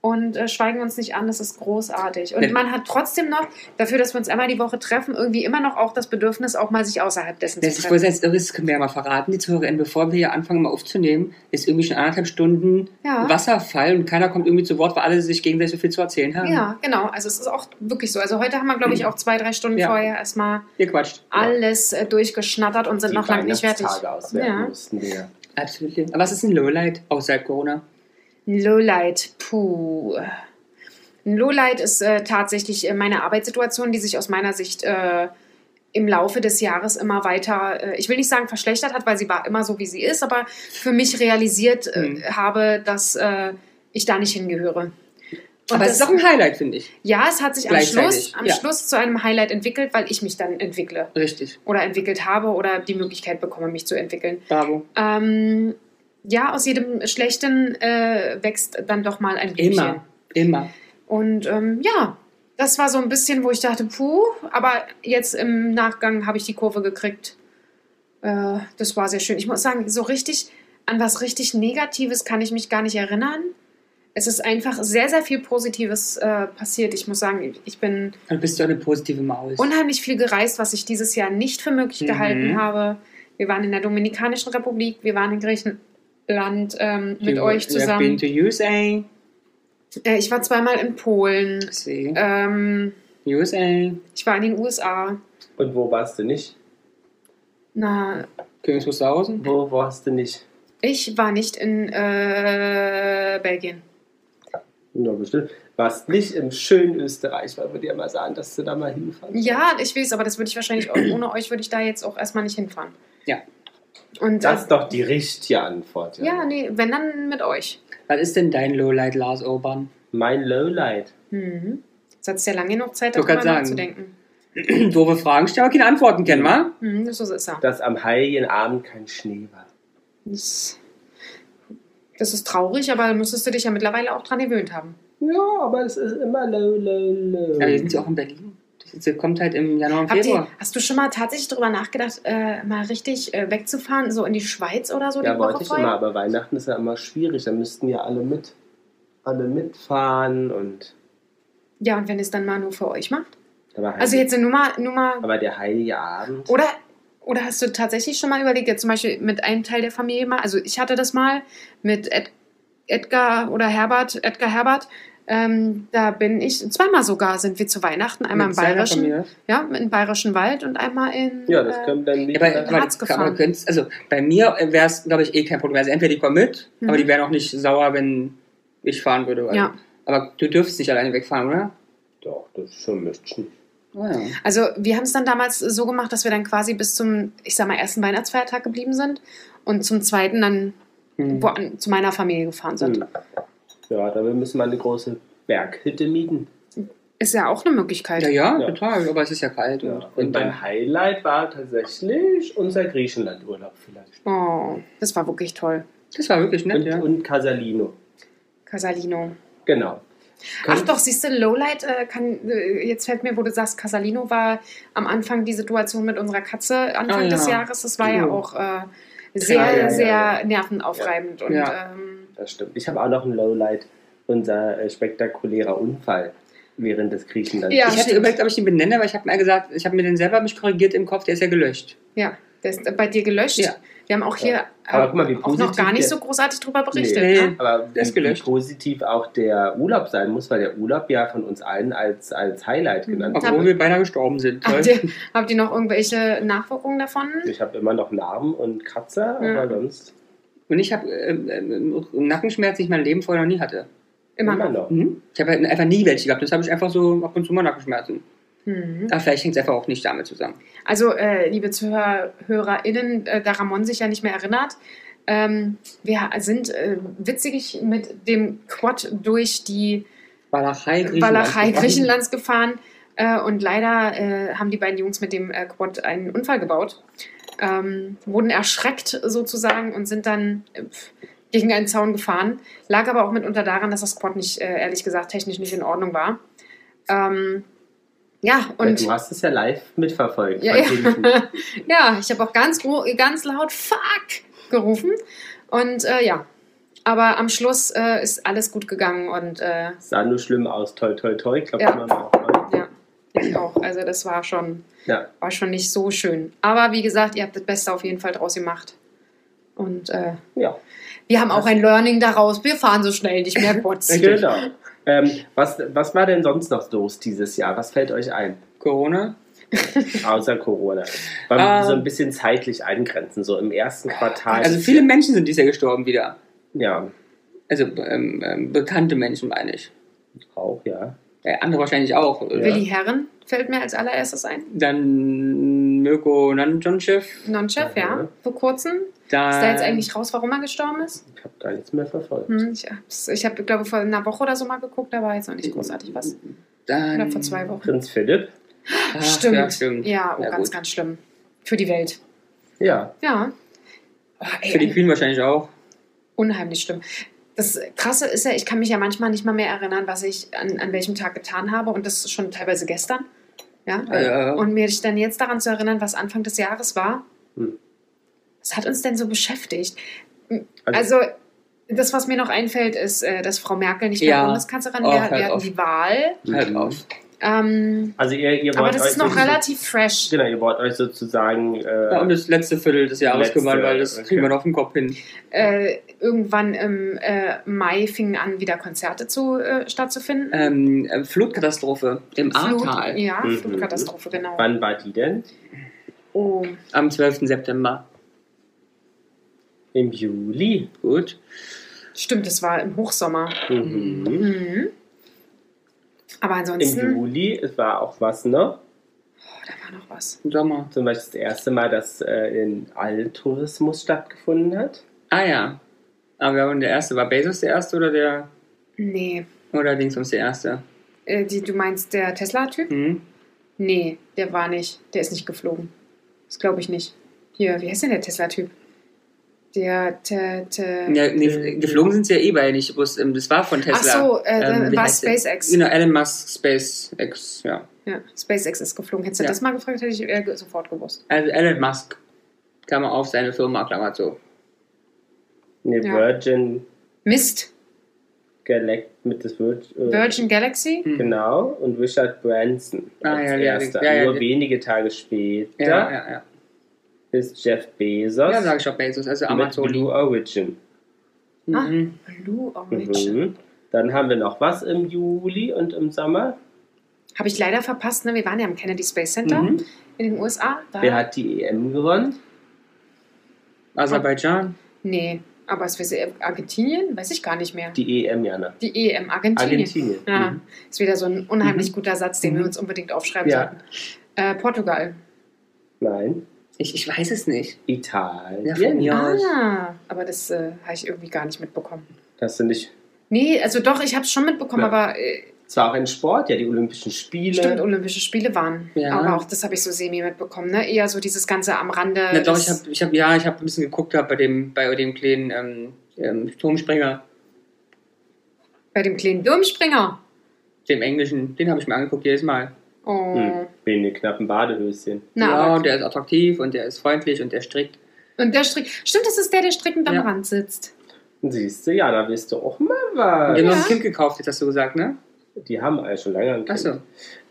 C: und äh, schweigen uns nicht an. Das ist großartig.
B: Nee.
C: Und man hat trotzdem noch, dafür, dass wir uns einmal die Woche treffen, irgendwie immer noch auch das Bedürfnis, auch mal sich außerhalb dessen
B: das
C: zu
B: ist wohl
C: treffen.
B: jetzt das können wir ja mal verraten, die Zuhörerin, bevor wir hier anfangen, mal aufzunehmen, ist irgendwie schon anderthalb Stunden
C: Ja.
B: Wasserfall und keiner kommt irgendwie zu Wort, weil alle sich gegenseitig so viel zu erzählen haben.
C: Ja, genau. Also es ist auch wirklich so. Also heute haben wir, glaube ich, auch zwei, drei Stunden
B: Ja.
C: vorher erstmal
B: Ihr quatscht.
C: alles äh, durchgeschnattert und sind
A: Die
C: noch lange nicht fertig.
A: Weihnachtstage auswerten
C: Ja.
A: mussten wir.
B: Absolut. Aber was ist ein Lowlight außer Corona?
C: Lowlight, puh. Ein Lowlight ist äh, tatsächlich äh, meine Arbeitssituation, die sich aus meiner Sicht äh, im Laufe des Jahres immer weiter, äh, ich will nicht sagen verschlechtert hat, weil sie war immer so, wie sie ist, aber für mich realisiert äh,
B: Hm.
C: habe, dass äh, ich da nicht hingehöre. Und
B: Aber es
C: das-
B: ist auch ein Highlight, finde ich.
C: ja, es hat sich am
B: Gleichzeitig,
C: Schluss, am
B: ja.
C: Schluss zu einem Highlight entwickelt, weil ich mich dann entwickle
B: Richtig.
C: oder entwickelt habe oder die Möglichkeit bekomme, mich zu entwickeln.
B: Bravo.
C: Ähm, ja, aus jedem Schlechten äh, wächst dann doch mal ein Blümchen.
B: Immer. Immer.
C: Und ähm, ja, das war so ein bisschen, wo ich dachte, puh, aber jetzt im Nachgang habe ich die Kurve gekriegt. Äh, das war sehr schön. Ich muss sagen, so richtig, an was richtig Negatives kann ich mich gar nicht erinnern. Es ist einfach sehr, sehr viel Positives äh, passiert. Ich muss sagen, ich bin
B: Du bist so eine positive Maus.
C: unheimlich viel gereist, was ich dieses Jahr nicht für möglich
B: Mhm.
C: gehalten habe. Wir waren in der Dominikanischen Republik, wir waren in Griechenland ähm, mit
B: You-
C: euch
B: you have Been
C: zusammen.
B: to USA.
C: Äh, ich war zweimal in Polen.
B: See.
C: Ähm,
B: USA.
C: ich war in den USA.
A: Und wo warst du nicht?
C: Na,
B: Königs Wusterhausen.
A: Wo warst du nicht?
C: ich war nicht in äh, Belgien.
A: Na, bestimmt. Warst nicht im schönen Österreich, weil wir dir mal sagen, dass du da mal hingefahren bist.
C: Ja, ich weiß, aber das würde ich wahrscheinlich auch, ohne euch würde ich da jetzt auch erstmal nicht hinfahren.
B: Ja.
C: Und
A: Das
C: das,
A: ist doch die richtige Antwort.
C: ja, ne. nee, wenn dann mit euch.
B: Was ist denn dein Lowlight, Lars Urban?
A: Mein Lowlight.
C: Hm. Jetzt hat es ja lange genug
B: Ich
C: Zeit,
B: wollt
C: darüber
B: grad sagen.
C: nachzudenken.
B: Doofe Fragen stellen, aber keine Antworten kennen, wa?
C: Hm, so ist er.
A: Dass am Heiligen Abend kein Schnee war.
C: Das, das ist traurig, aber da müsstest du dich ja mittlerweile auch dran gewöhnt haben.
A: Ja, aber es ist immer low, low, low.
B: Ja, wir sind ja auch in Berlin. Das kommt halt im Januar und
C: Habt
B: Februar.
C: ihr, hast du schon mal tatsächlich darüber nachgedacht, äh, mal richtig äh, wegzufahren, so in die Schweiz oder so?
A: Ja,
C: die
A: wollte
C: Woche
A: ich
C: vorher?
A: immer, aber Weihnachten ist ja immer schwierig. Da müssten ja alle mit, alle mitfahren und.
C: Ja, und wenn es dann mal nur für euch macht?
A: Aber, Heilig-
C: Also jetzt eine Nummer, Nummer
A: aber der Heilige Abend.
C: Oder, oder hast du tatsächlich schon mal überlegt, jetzt zum Beispiel mit einem Teil der Familie mal, also ich hatte das mal mit Ed, Edgar oder Herbert, Edgar Herbert, ähm, da bin ich, zweimal sogar sind wir zu Weihnachten, einmal
B: Mit
C: im
B: seiner
C: Bayerischen,
B: Familie.
C: ja, im Bayerischen Wald und einmal in,
A: ja, das
C: äh,
A: können dann
B: Ja,
A: nicht.
B: aber, aber,
C: Harz
B: aber
C: gefahren.
B: könnt's, also bei mir wäre es, glaube ich, eh kein Problem. Also entweder die kommen mit,
C: Mhm.
B: aber die wären auch nicht sauer, wenn ich fahren würde. Also.
C: Ja.
B: Aber du dürfst nicht alleine wegfahren, oder?
A: Doch, das ist schon müssten.
B: Oh, ja.
C: Also wir haben es dann damals so gemacht, dass wir dann quasi bis zum, ich sag mal, ersten Weihnachtsfeiertag geblieben sind und zum zweiten dann
B: Hm.
C: wo, an, zu meiner Familie gefahren sind.
B: Mhm.
A: Hm. Ja, da müssen wir eine große Berghütte mieten.
C: Ist ja auch eine Möglichkeit.
B: Ja, ja,
A: Ja.
B: total. Aber es ist ja kalt.
A: Ja.
B: Und,
A: Und
B: und
A: mein Highlight war tatsächlich unser Griechenlandurlaub vielleicht.
C: Oh, das war wirklich toll.
B: das war wirklich nett,
A: Und,
B: ja.
A: und Casalino.
C: Casalino.
A: Genau.
C: Ach doch, siehst du, Lowlight äh, kann, äh, jetzt fällt mir, wo du sagst, Casalino war am Anfang die Situation mit unserer Katze Anfang
B: Ah, ja. Genau.
C: des Jahres. Das war ja
B: Ja.
C: auch äh, sehr,
B: Ja, ja, ja,
C: sehr
A: ja.
C: nervenaufreibend. Und
B: Ja.
C: ähm,
A: Das stimmt. Ich habe auch noch ein Lowlight. Unser äh, spektakulärer Unfall. während des Griechenlands.
C: Ja,
B: ich hatte
C: stimmt.
B: überlegt, ob ich den benenne, weil ich habe mir gesagt, ich habe mir den selber mich korrigiert im Kopf, der ist ja gelöscht.
C: Ja, der ist bei dir gelöscht.
B: Ja.
C: Wir haben auch hier
A: Aber guck mal, wie
C: auch noch
A: positiv
C: gar nicht
A: der-
C: so großartig drüber berichtet.
B: Nee.
C: Ne?
A: Aber
B: Der
A: wie,
B: ist
A: wie
B: gelöscht.
A: positiv auch der Urlaub sein muss, weil der Urlaub ja von uns allen als, als
C: Mhm.
A: Highlight genannt
B: Obwohl
A: wird.
B: wir beinahe gestorben sind.
C: Habt,
B: Toll.
C: ihr, habt ihr noch irgendwelche Nachwirkungen davon?
A: Ich habe immer noch Narben und Kratzer,
C: Ja.
A: aber sonst
B: Und ich habe ähm, ähm, Nackenschmerzen, die ich mein Leben vorher noch nie hatte.
C: Immer noch.
B: Mhm. Ich habe halt einfach nie welche gehabt. Das habe ich einfach so ab und zu mal Nackenschmerzen.
C: Mhm.
B: Aber vielleicht hängt es einfach auch nicht damit zusammen.
C: Also, äh, liebe ZuhörerInnen, äh, da Ramon sich ja nicht mehr erinnert, ähm, wir sind äh, witzig mit dem Quad durch die
B: Walachei, Griechenland.
C: Walachei Griechenlands gefahren äh, und leider äh, haben die beiden Jungs mit dem äh, Quad einen Unfall gebaut, ähm, wurden erschreckt sozusagen und sind dann äh, pf, gegen einen Zaun gefahren. Lag aber auch mitunter daran, dass das Quad nicht, äh, ehrlich gesagt, technisch nicht in Ordnung war. Ähm, ja, und.
A: du hast es ja live mitverfolgt.
C: Ja,
A: von hinten.
C: ja. ja, ich habe auch ganz, gro- ganz laut Fuck gerufen. Und äh, ja, aber am Schluss äh, ist alles gut gegangen und äh,
A: Sah nur schlimm aus. Toi, toi, toi. Klappt
C: Ja.
A: immer noch mal.
C: ja, ich auch. Also das war schon,
A: Ja.
C: war schon nicht so schön. Aber wie gesagt, ihr habt das Beste auf jeden Fall draus gemacht. Und äh,
A: ja.
C: wir haben auch ein Learning daraus. Wir fahren so schnell nicht mehr kurz.
B: Richtig.
A: Genau. Ähm, was, was war denn sonst noch los dieses Jahr? Was fällt euch ein?
B: Corona.
A: Außer Corona. Weil wir
B: Ähm.
A: so ein bisschen zeitlich eingrenzen, so im ersten Quartal.
B: Also viele Menschen sind dieses Jahr gestorben wieder.
A: Ja,
B: Also ähm, ähm, bekannte Menschen meine ich.
A: auch, ja.
B: Äh, andere wahrscheinlich auch. oder?
C: Willi Herren fällt mir als allererstes ein.
B: Dann Mirko Nanjonchev.
C: Non-Chef, ja,
A: Mhm.
C: vor kurzem.
B: Dann
C: Ist da jetzt eigentlich raus, warum er gestorben ist?
A: Ich habe gar nichts mehr verfolgt.
C: Hm, ich hab's- ich habe, glaube vor einer Woche oder so mal geguckt, da war jetzt noch nicht großartig was.
B: Dann,
C: Oder vor zwei Wochen.
A: Prinz Philipp?
B: Ach,
C: stimmt.
B: Ja,
C: Ja,
B: stimmt.
C: oh,
B: Ja,
C: ganz,
B: gut.
C: ganz schlimm. Für die Welt.
A: Ja.
C: Ja. Oh,
B: Für die
C: ey,
B: Queen wahrscheinlich auch.
C: unheimlich schlimm. Das Krasse ist ja, ich kann mich ja manchmal nicht mal mehr erinnern, was ich an, an welchem Tag getan habe und das schon teilweise gestern. Ja. äh,
B: Ja, ja, ja.
C: Und mir sich dann jetzt daran zu erinnern, was Anfang des Jahres war,
A: Hm.
C: was hat uns denn so beschäftigt? Also, das, was mir noch einfällt, ist, äh, dass Frau Merkel nicht mehr
B: Ja.
C: Bundeskanzlerin
B: Oh,
C: wäre.
B: hört
C: wir hatten
B: auf.
C: die Wahl.
B: Halt auf.
C: Ähm,
A: Hm. Also ihr, ihr
C: Aber
A: wollt
C: das
A: euch
C: ist noch
A: sozu-
C: relativ fresh.
A: Genau, ihr wollt euch sozusagen
B: Ja, und
A: äh,
B: das letzte Viertel des Jahres
A: Letzte,
B: gewonnen, weil das
A: okay.
B: kriegen wir noch auf den Kopf hin.
C: Äh, irgendwann im äh, Mai fingen an, wieder Konzerte zu, äh, stattzufinden.
B: Ähm, äh, Flutkatastrophe im Ahrtal
C: Ja,
A: Mhm.
C: Flutkatastrophe, genau.
A: wann war die denn?
C: Oh,
B: am 12. September.
A: Im Juli.
B: Gut.
C: stimmt, das war im Hochsommer.
A: Mhm.
C: Mhm. Aber
A: Im
C: ansonsten,
A: Juli es war auch was, ne?
C: oh, da war noch was.
B: Im Sommer.
A: Zum Beispiel das erste Mal, dass äh, in Alltourismus stattgefunden hat.
B: Ah ja. Aber wir haben der erste. War Bezos der erste oder der
C: Nee,
B: oder Dings uns der erste?
C: äh, die, du meinst der Tesla-Typ?
B: Hm?
C: Nee, der war nicht. Der ist nicht geflogen. Das glaube ich nicht. Hier, wie heißt denn der Tesla-Typ? Der, te, te,
B: Ja, nee, geflogen sind sie ja eh beide nicht. bloß, ähm, Das war von
C: Äh, Ach
B: Tesla.
C: so, äh,
B: Ähm,
C: dann
B: wie
C: war
B: heißt der?
C: SpaceX.
B: Genau, Elon Musk, SpaceX, ja.
C: Ja, SpaceX ist geflogen. Hättest du
B: Ja.
C: das mal gefragt, hätte ich äh, ge- sofort gewusst.
B: Also Elon Musk, Klammer auf, seine Firma, Klammer zu.
A: Eine
C: Ja.
A: Virgin
C: Mist,
A: Galactic mit das Virgin. Äh,
C: Virgin Galaxy?
B: Hm.
A: Genau, und Richard Branson
B: Ah,
A: als
B: ja, ja,
A: erster.
B: ja, ja,
A: Nur
B: ja.
A: wenige Tage später
B: Ja, ja, ja.
A: ist Jeff Bezos
B: Ja, sage ich auch Bezos, also
A: mit
B: Amazon.
A: Blue Origin.
B: Mhm.
C: Blue Origin.
A: Mhm. Dann haben wir noch was im Juli und im Sommer.
C: Habe ich leider verpasst, ne? Wir waren ja im Kennedy Space Center
B: Mhm.
C: in den USA.
B: Ah.
C: Da?
A: Wer hat die EM gewonnen?
C: Ah.
B: Aserbaidschan.
C: Nee, aber es wäre Argentinien? Weiß ich gar nicht mehr. Die,
A: Die EM, Jana.
C: EM, Argentinien.
A: Argentinien.
B: Ah.
C: Ja,
A: Mhm.
C: ist wieder so ein unheimlich
B: Mhm.
C: guter Satz, den wir
B: Mhm.
C: uns unbedingt aufschreiben
A: Ja.
C: sollten. Äh, Portugal.
A: Nein.
B: Ich, ich weiß es nicht. Ja, von
A: Italien.
B: mir aus.
C: Ah, aber das äh, habe ich irgendwie gar nicht mitbekommen.
A: Hast du nicht.
C: Nee, also doch, ich habe es schon mitbekommen,
A: Ja.
C: aber äh,
A: Es war auch ein Sport, ja, die Olympischen Spiele.
C: Stimmt, Olympische Spiele waren.
B: Ja.
C: Aber auch das habe ich so semi mitbekommen, ne? Eher so dieses Ganze am Rande.
B: Na doch,
C: des-
B: ich habe ich hab, ja, ich hab ein bisschen geguckt hab bei dem, bei dem kleinen ähm, ähm, Turmspringer,
C: bei dem kleinen Durmspringer.
B: dem englischen, den habe ich mir angeguckt jedes Mal.
C: Oh.
A: Hm. Wegen den knappen Badehöschen.
C: Na,
B: ja,
C: aber,
B: und der ist attraktiv und der ist freundlich und der strickt.
C: und der Strick. Stimmt, das ist der, der strickend am
B: Ja.
C: Rand sitzt.
A: Siehst du, ja, da bist du auch mal
B: Und
A: was.
B: der hat noch
C: Ja.
B: ein Kind gekauft, jetzt hast du gesagt, ne?
A: Die haben alle schon lange ein Kind.
B: Achso.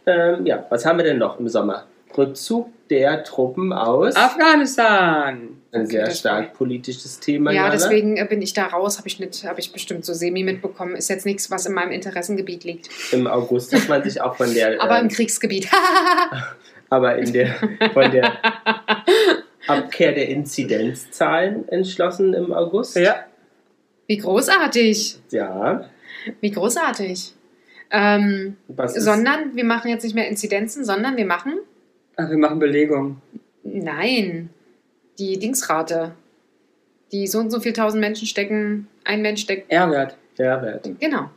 A: Ähm, ja, was haben wir denn noch im Sommer? Rückzug der Truppen aus.
B: Afghanistan!
A: Ein sehr
C: das-
A: stark politisches Thema.
C: Ja,
A: Jana.
C: deswegen äh, bin ich da raus, habe ich, nicht- hab ich bestimmt so semi mitbekommen. Ist jetzt nichts, was in meinem Interessengebiet liegt.
A: Im August hat man sich auch von der.
C: Aber im
A: ähm,
C: Kriegsgebiet.
A: aber in der, von der Abkehr der Inzidenzzahlen entschlossen im August.
B: Ja.
C: Wie großartig.
A: Ja.
C: Wie großartig. Ähm,
A: Was ist,
C: sondern wir machen jetzt nicht mehr Inzidenzen, sondern wir machen.
B: Ach, wir machen Belegung.
C: Nein. Die Dingsrate. Die so und so viel tausend Menschen stecken, ein Mensch steckt.
B: R-Wert.
A: Mehrwert.
C: Genau.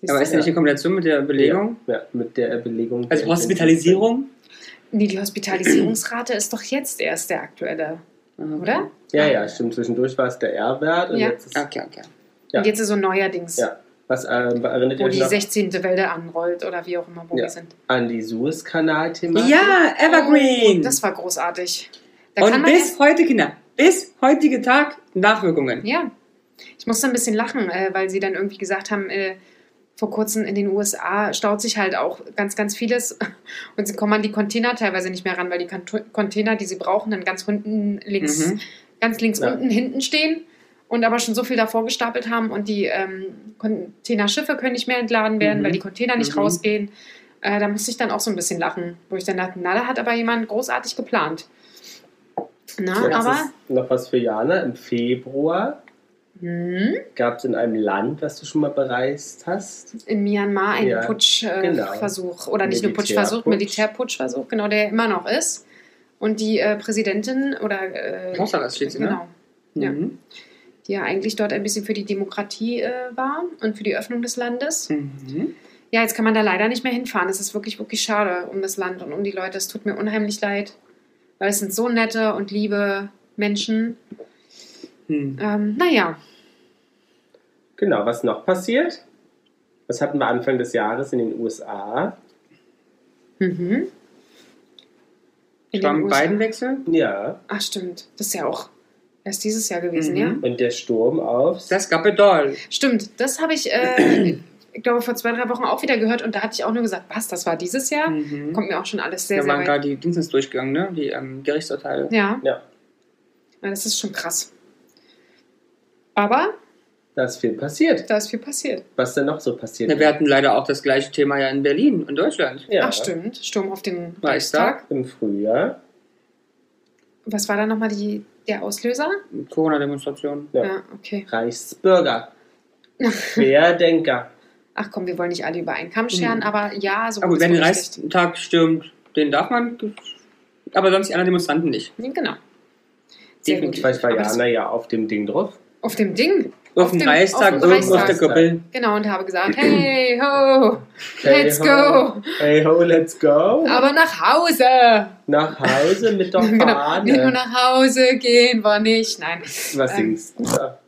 C: Siehst
B: Aber
C: du?
B: ist das nicht in Kombination mit der Belegung?
A: Ja, mit der Belegung.
B: Also
A: der
B: Hospitalisierung?
C: nee, die Hospitalisierungsrate ist doch jetzt erst der aktuelle, oder?
A: Ja, ja, stimmt. Zwischendurch war es der R-Wert. und
C: Ja.
A: jetzt ist-
B: Ah, Okay, okay.
A: Ja.
C: Und jetzt ist so neuerdings,
A: Ja. Was ähm, erinnert
C: wo
A: ihr euch
C: Oh, die
B: genau.
A: noch
C: 16. Welle anrollt oder wie auch immer, wo
A: Ja.
C: wir sind.
A: an die Suezkanal-Thematik?
B: Ja, Evergreen!
C: Oh, das war großartig. Da kann
B: Und
C: man
B: bis heute, Kinder, bis heutige Tag Nachwirkungen.
C: Ja, ich musste ein bisschen lachen, äh, weil sie dann irgendwie gesagt haben, äh, vor kurzem in den USA staut sich halt auch ganz, ganz vieles und sie kommen an die Container teilweise nicht mehr ran, weil die Kont- Container, die sie brauchen, dann ganz unten links,
B: Mhm.
C: ganz links
A: Ja.
C: unten hinten stehen und aber schon so viel davor gestapelt haben und die ähm, Containerschiffe können nicht mehr entladen werden,
B: Mhm.
C: weil die Container nicht
B: Mhm.
C: rausgehen. Äh, da musste ich dann auch so ein bisschen lachen, wo ich dann dachte, na, da hat aber jemand großartig geplant. Na,
A: Jetzt
C: aber.
A: ist noch was für Jana. Im Februar
C: Hm?
A: gab es in einem Land, was du schon mal bereist hast.
C: in Myanmar einen
A: Ja, genau.
C: Putschversuch oder nicht nur
A: Militärputsch.
C: Putschversuch, Militärputschversuch, genau, der immer noch ist. Und die äh, Präsidentin oder äh,
B: Auslandsschließe, ne?
C: genau, Ja.
B: Mhm.
C: die ja eigentlich dort ein bisschen für die Demokratie äh, war und für die Öffnung des Landes.
B: Mhm.
C: Ja, jetzt kann man da leider nicht mehr hinfahren. Es ist wirklich, wirklich schade um das Land und um die Leute. Es tut mir unheimlich leid, weil es sind so nette und liebe Menschen.
B: Mhm.
C: Ähm, naja,
A: Genau, was noch passiert? Was hatten wir Anfang des Jahres in den USA?
C: mhm. In den
B: Schwamm
C: USA.
B: Beidenwechsel?
A: Ja,
C: Ach stimmt, das ist ja auch erst dieses Jahr gewesen,
B: Mhm.
C: ja?
A: und der Sturm auf.
B: Das gab es doll.
C: Stimmt, das habe ich, äh, ich glaube, vor zwei, drei Wochen auch wieder gehört und da hatte ich auch nur gesagt, was, das war dieses Jahr?
B: Mhm.
C: Kommt mir auch schon alles sehr,
B: Da
C: sehr
B: waren
C: weit.
B: gerade die Dingsens durchgegangen, ne? Die ähm, Gerichtsurteile.
C: Ja.
A: Ja.
C: Ja, Das ist schon krass. Aber
A: da ist viel passiert.
C: da ist viel passiert.
A: Was denn noch so passiert?
B: Na, Wir hatten leider auch das gleiche Thema ja in Berlin und Deutschland.
A: ja,
C: Ach stimmt, Sturm auf den
B: Reichstag.
C: Reichstag.
A: Im Frühjahr.
C: Was war da nochmal die, der Auslöser?
B: Corona-Demonstrationen.
A: Ja.
C: Ja, okay.
A: Reichsbürger. Querdenker.
C: Ach komm, wir wollen nicht alle über einen Kamm scheren,
B: Mhm.
C: aber ja, so
B: Aber
C: wurde
B: wer
C: es
B: den
C: berechtigt.
B: Reichstag stürmt, den darf man. Aber sonst die anderen Demonstranten nicht.
C: Ja, Genau. Sehr gut.
B: Definitiv.
A: Vielleicht war
C: Aber das-
A: Jana ja auf dem Ding drauf.
C: Auf dem Ding.
B: Auf, dem Reichstag,
C: auf
B: irgendwo
C: dem
B: auf der
C: Reichstag.
B: Kuppel.
C: Genau, und habe gesagt, hey ho,
A: Hey,
C: let's
A: ho.
C: go.
A: Hey ho, let's go.
C: Aber nach Hause.
A: Nach Hause mit der
C: genau.
A: Fahne.
C: Nicht nur nach Hause gehen wir nicht. Nein.
A: Was
C: Ähm,
A: singst du? da?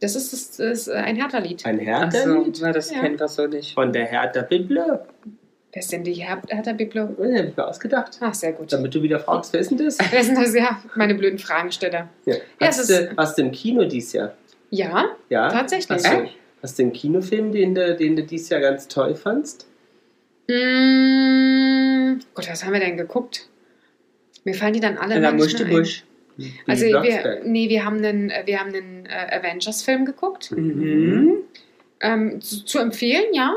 C: Das ist, das ist ein Hertha-Lied.
A: Ein
B: Ach
A: Hertha
B: so, na, das
C: Ja.
B: kennt das so nicht.
A: von der Hertha Bibler.
C: Wer ist denn die Her- Hertha-Biblo?
A: Das hab ich mir ausgedacht.
C: Ach, sehr gut.
A: Damit du wieder fragst, wer ist denn das?
C: Wer sind das? Ja, meine blöden Fragensteller.
A: Ja.
C: Ja,
A: Hast,
C: es
A: du, hast du im Kino dieses Jahr?
C: Ja,
A: Ja?
C: tatsächlich.
A: Hast du, hast du einen Kinofilm, den du, den du dieses Jahr ganz toll fandst?
C: Mm, Gott, was haben wir denn geguckt? Mir fallen die dann alle
B: Da
C: immer
B: muss
C: nicht
B: die
C: mehr ein.
B: Busch.
A: Die
C: Also wir,
A: Blocksberg.
C: nee, wir haben einen, äh, wir haben einen äh, Avengers-Film geguckt.
B: Mhm.
C: Ähm, zu, zu empfehlen, ja.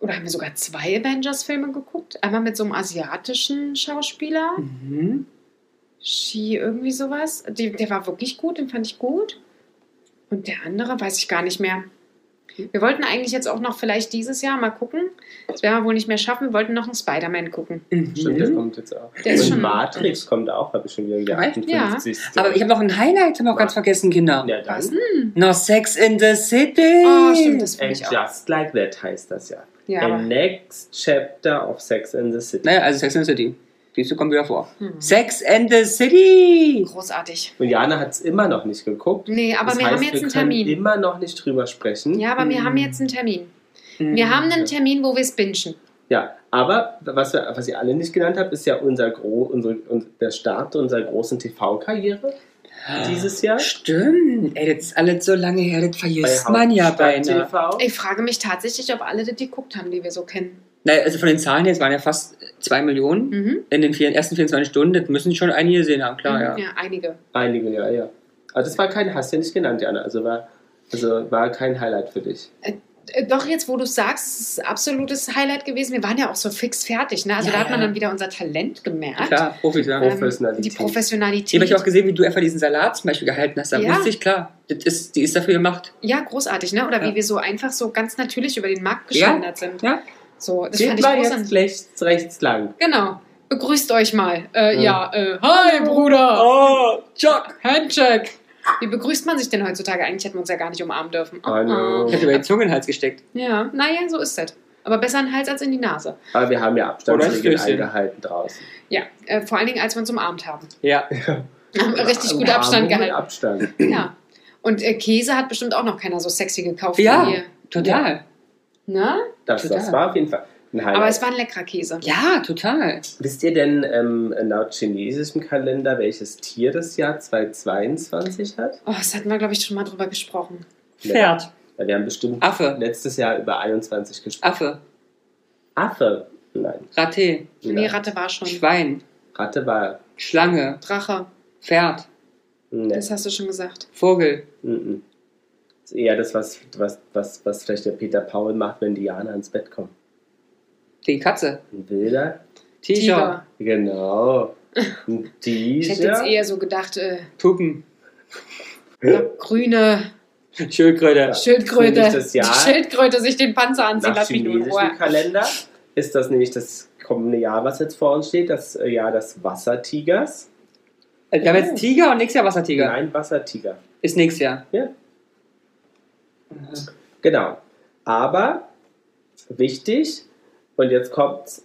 C: Oder haben wir sogar zwei Avengers-Filme geguckt? Einmal mit so einem asiatischen Schauspieler.
B: Mhm.
C: Ski, irgendwie sowas. Die, der war wirklich gut, den fand ich gut. Und der andere weiß ich gar nicht mehr. Wir wollten eigentlich jetzt auch noch vielleicht dieses Jahr mal gucken. Das werden wir wohl nicht mehr schaffen. Wir wollten noch einen Spider-Man gucken.
B: Mhm.
A: Stimmt, der kommt jetzt auch.
C: Der ist
A: Und
C: schon-
A: Matrix kommt auch, habe ich schon wieder in der
B: Echt?
A: 58.
B: Aber ich habe noch ein Highlight, haben wir auch ganz vergessen, Kinder.
A: ja, dann.
C: Was?
B: Noch Sex in the City.
C: Oh, stimmt, das finde
A: And
C: ich auch.
A: just like that heißt das ja.
C: Ja,
A: The
C: aber,
A: next chapter of Sex and the City.
B: Naja, also Sex in the City. Diese kommt wieder vor.
C: hm.
B: Sex and the City.
C: großartig.
A: Und Jana hat es immer noch nicht geguckt.
C: Nee, Mhm. aber
A: das
C: wir
A: heißt,
C: haben jetzt
A: wir
C: einen
A: können
C: Termin.
A: immer noch nicht drüber sprechen.
C: Ja, aber wir
B: Mhm.
C: haben jetzt einen Termin.
B: Hm.
C: Wir haben einen Termin, wo wir es bingen.
A: Ja, aber was, wir, was ihr alle nicht genannt habt, ist ja unser Gro unser, un- der Start unserer großen TV-Karriere. dieses Jahr.
B: Stimmt. Ey, das ist alles so lange her, das vergisst
A: Bei
B: man ja
A: Hauptstadt
B: beinahe.
A: TV.
C: Ich frage mich tatsächlich, ob alle das geguckt haben, die wir so kennen.
B: Naja, also von den Zahlen jetzt waren ja fast 2 Millionen
C: Mhm.
B: in den vier, ersten 24 Stunden. Das müssen schon einige gesehen haben, klar, ja.
C: Mhm, ja, einige.
A: Einige, ja, ja. Aber das war kein, hast du ja nicht genannt, Jana. Also war, also war kein Highlight für dich.
C: Äh, Doch jetzt, wo du es sagst, es ist ein absolutes Highlight gewesen. Wir waren ja auch so fix fertig. Ne? Also
B: Ja,
C: da hat man
B: ja.
C: dann wieder unser Talent gemerkt.
B: Klar, Profis, ja.
C: Ähm,
A: Professionalität.
C: Die
B: Ich
C: Professionalität.
B: habe ich auch gesehen, wie du einfach diesen Salat zum Beispiel gehalten hast. Da
C: Ja.
B: wusste ich, klar, das ist, die ist dafür gemacht.
C: ja, großartig, ne? Oder
B: Ja.
C: wie wir so einfach so ganz natürlich über den Markt
B: Ja.
C: geschwandert sind.
B: Ja.
C: So, das
A: Geht
C: fand ich
A: mal jetzt
C: großartig.
A: rechts, rechts lang.
C: Genau. Begrüßt euch mal. Äh,
A: Ja.
C: ja, äh, hi Bruder.
B: Oh, Chuck!
C: Handshake. Wie begrüßt man sich denn heutzutage? Eigentlich hätten wir uns ja gar nicht umarmen dürfen. Oh,
A: Hallo.
C: oh.
B: Ich hätte über den Zungenhals gesteckt.
C: Ja, naja, so ist das. Aber besser in den Hals als in die Nase.
A: Aber wir haben ja
B: Oder
A: Abstandsregeln
B: ein Stößchen.
A: eingehalten draußen.
C: Ja, äh, vor allen Dingen, als wir uns umarmt haben.
B: Ja.
C: Haben wir richtig gut
A: Ja,
C: Abstand
A: mit
C: gehalten.
A: Abstand.
C: Ja. Und äh, Käse hat bestimmt auch noch keiner so sexy gekauft
B: Ja,
C: wie wir.
B: total.
C: Ne?
A: Das, das
B: Total.
A: war auf jeden Fall ein Highlight.
C: Aber es war ein leckerer Käse.
B: Ja, total.
A: Wisst ihr denn ähm, laut chinesischem Kalender, welches Tier das Jahr 2022 hat?
C: Oh, das hatten wir, glaube ich, schon mal drüber gesprochen.
B: Pferd.
A: Ja, wir haben bestimmt
C: Ah.
B: Affe.
A: letztes Jahr über 21 gesprochen.
B: Affe.
A: Affe? Nein.
B: Ratte.
C: Ah. Nee,
A: Nein.
C: Ratte war schon.
B: Schwein.
A: Ratte war.
B: Schlange.
C: Drache,
B: Pferd.
A: Nee.
C: das hast du schon gesagt.
B: Vogel.
A: Mhm. Das ist eher das, was, was, was, was vielleicht der Peter Paul macht, wenn Diana ins Bett kommt.
B: Die Katze.
A: Ein Wilder?
B: Tiger.
C: Tiger.
A: Genau. Ein
C: Ich hätte jetzt
A: Tiger?
C: eher so gedacht, äh,
B: Puppen.
C: grüne
B: Schildkröte. Also
C: Schildkröte.
A: Nicht das
C: Die
A: Jahr.
C: Schildkröte sich den Panzer anziehen,
A: Nach
C: lass mich nur in Ruhe.
A: chinesischem Kalender ist das nämlich das kommende Jahr, was jetzt vor uns steht, das äh, Jahr des Wassertigers.
B: Also, wir haben jetzt Tiger und nächstes Jahr Wassertiger.
A: Nein, Wassertiger.
B: Ist nächstes Jahr.
A: Ja. Genau. Aber wichtig, und jetzt kommt's,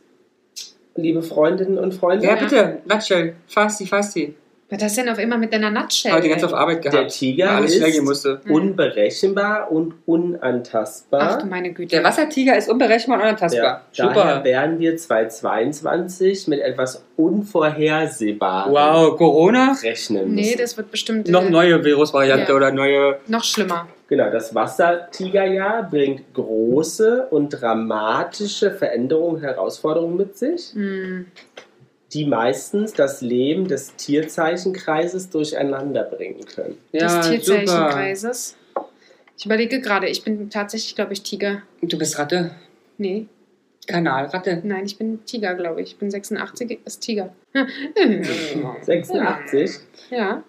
A: liebe Freundinnen und Freunde,
B: Ja, bitte. Nutshell. Fasti, Fasti.
C: Was hast du denn auf immer mit deiner Nutshell?
B: Heute ganz auf Arbeit
A: der
B: gehabt.
A: Tiger
B: alles schnell gehen
A: ist
B: musste.
A: unberechenbar und
C: Hm. Ach du
A: unantastbar.
C: meine Güte.
B: Der Wassertiger ist unberechenbar und
A: ja,
B: unantastbar.
A: daher
B: Super.
A: wären wir 2022 mit etwas Unvorhersehbarem
B: Wow, Corona?
A: rechnen müssen.
C: Nee, das wird bestimmt
B: Noch
C: äh,
B: neue Virusvariante
C: Ja.
B: oder neue.
C: noch schlimmer.
A: Genau, das Wassertigerjahr bringt große und dramatische Veränderungen, Herausforderungen mit sich,
C: Hm.
A: die meistens das Leben des Tierzeichenkreises durcheinander bringen können.
B: Ja,
C: des
B: super.
C: Tierzeichenkreises. Ich überlege gerade, ich bin tatsächlich, glaube ich, Tiger.
B: Du bist Ratte.
C: Nee,
B: Kanalratte.
C: nein, ich bin Tiger, glaube ich. Ich bin 86, ist Tiger. hm.
A: 86?
C: Ja.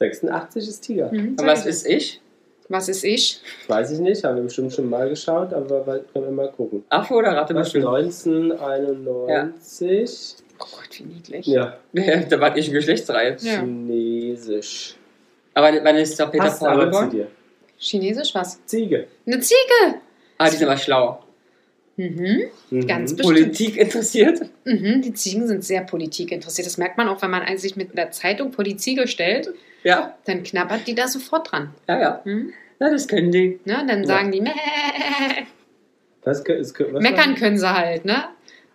A: 86 ist Tiger.
C: Mhm,
B: Und was ist ich?
C: was ist ich?
A: Weiß ich nicht, haben wir bestimmt schon mal geschaut, aber bald können wir mal gucken.
B: Affe oder Ratte
A: Was,
B: bestimmt?
A: 1991?
C: Oh Gott, wie niedlich.
A: Ja,
B: da war ich geschlechtsreif.
C: Ja.
A: Chinesisch.
B: Aber wann ist doch Peter
A: Passt
B: Paul
A: aber zu
B: geboren?
A: dir.
C: Chinesisch was?
A: Ziege.
C: Eine Ziege.
B: Ah, die sind aber schlau.
C: Mhm,
A: Mhm.
C: ganz bestimmt.
B: Politik interessiert?
C: Mhm, die Ziegen sind sehr Politik interessiert. Das merkt man auch, wenn man sich mit einer Zeitung vor die Ziege stellt,
B: Ja,
C: dann knabbert die da sofort dran.
B: ja, ja.
C: Mhm.
B: Ja, das können die.
C: Ne? Dann
A: Ja.
C: sagen die, "Mäh."
A: Was, kö- es kö- was
C: meckern können sie halt, ne?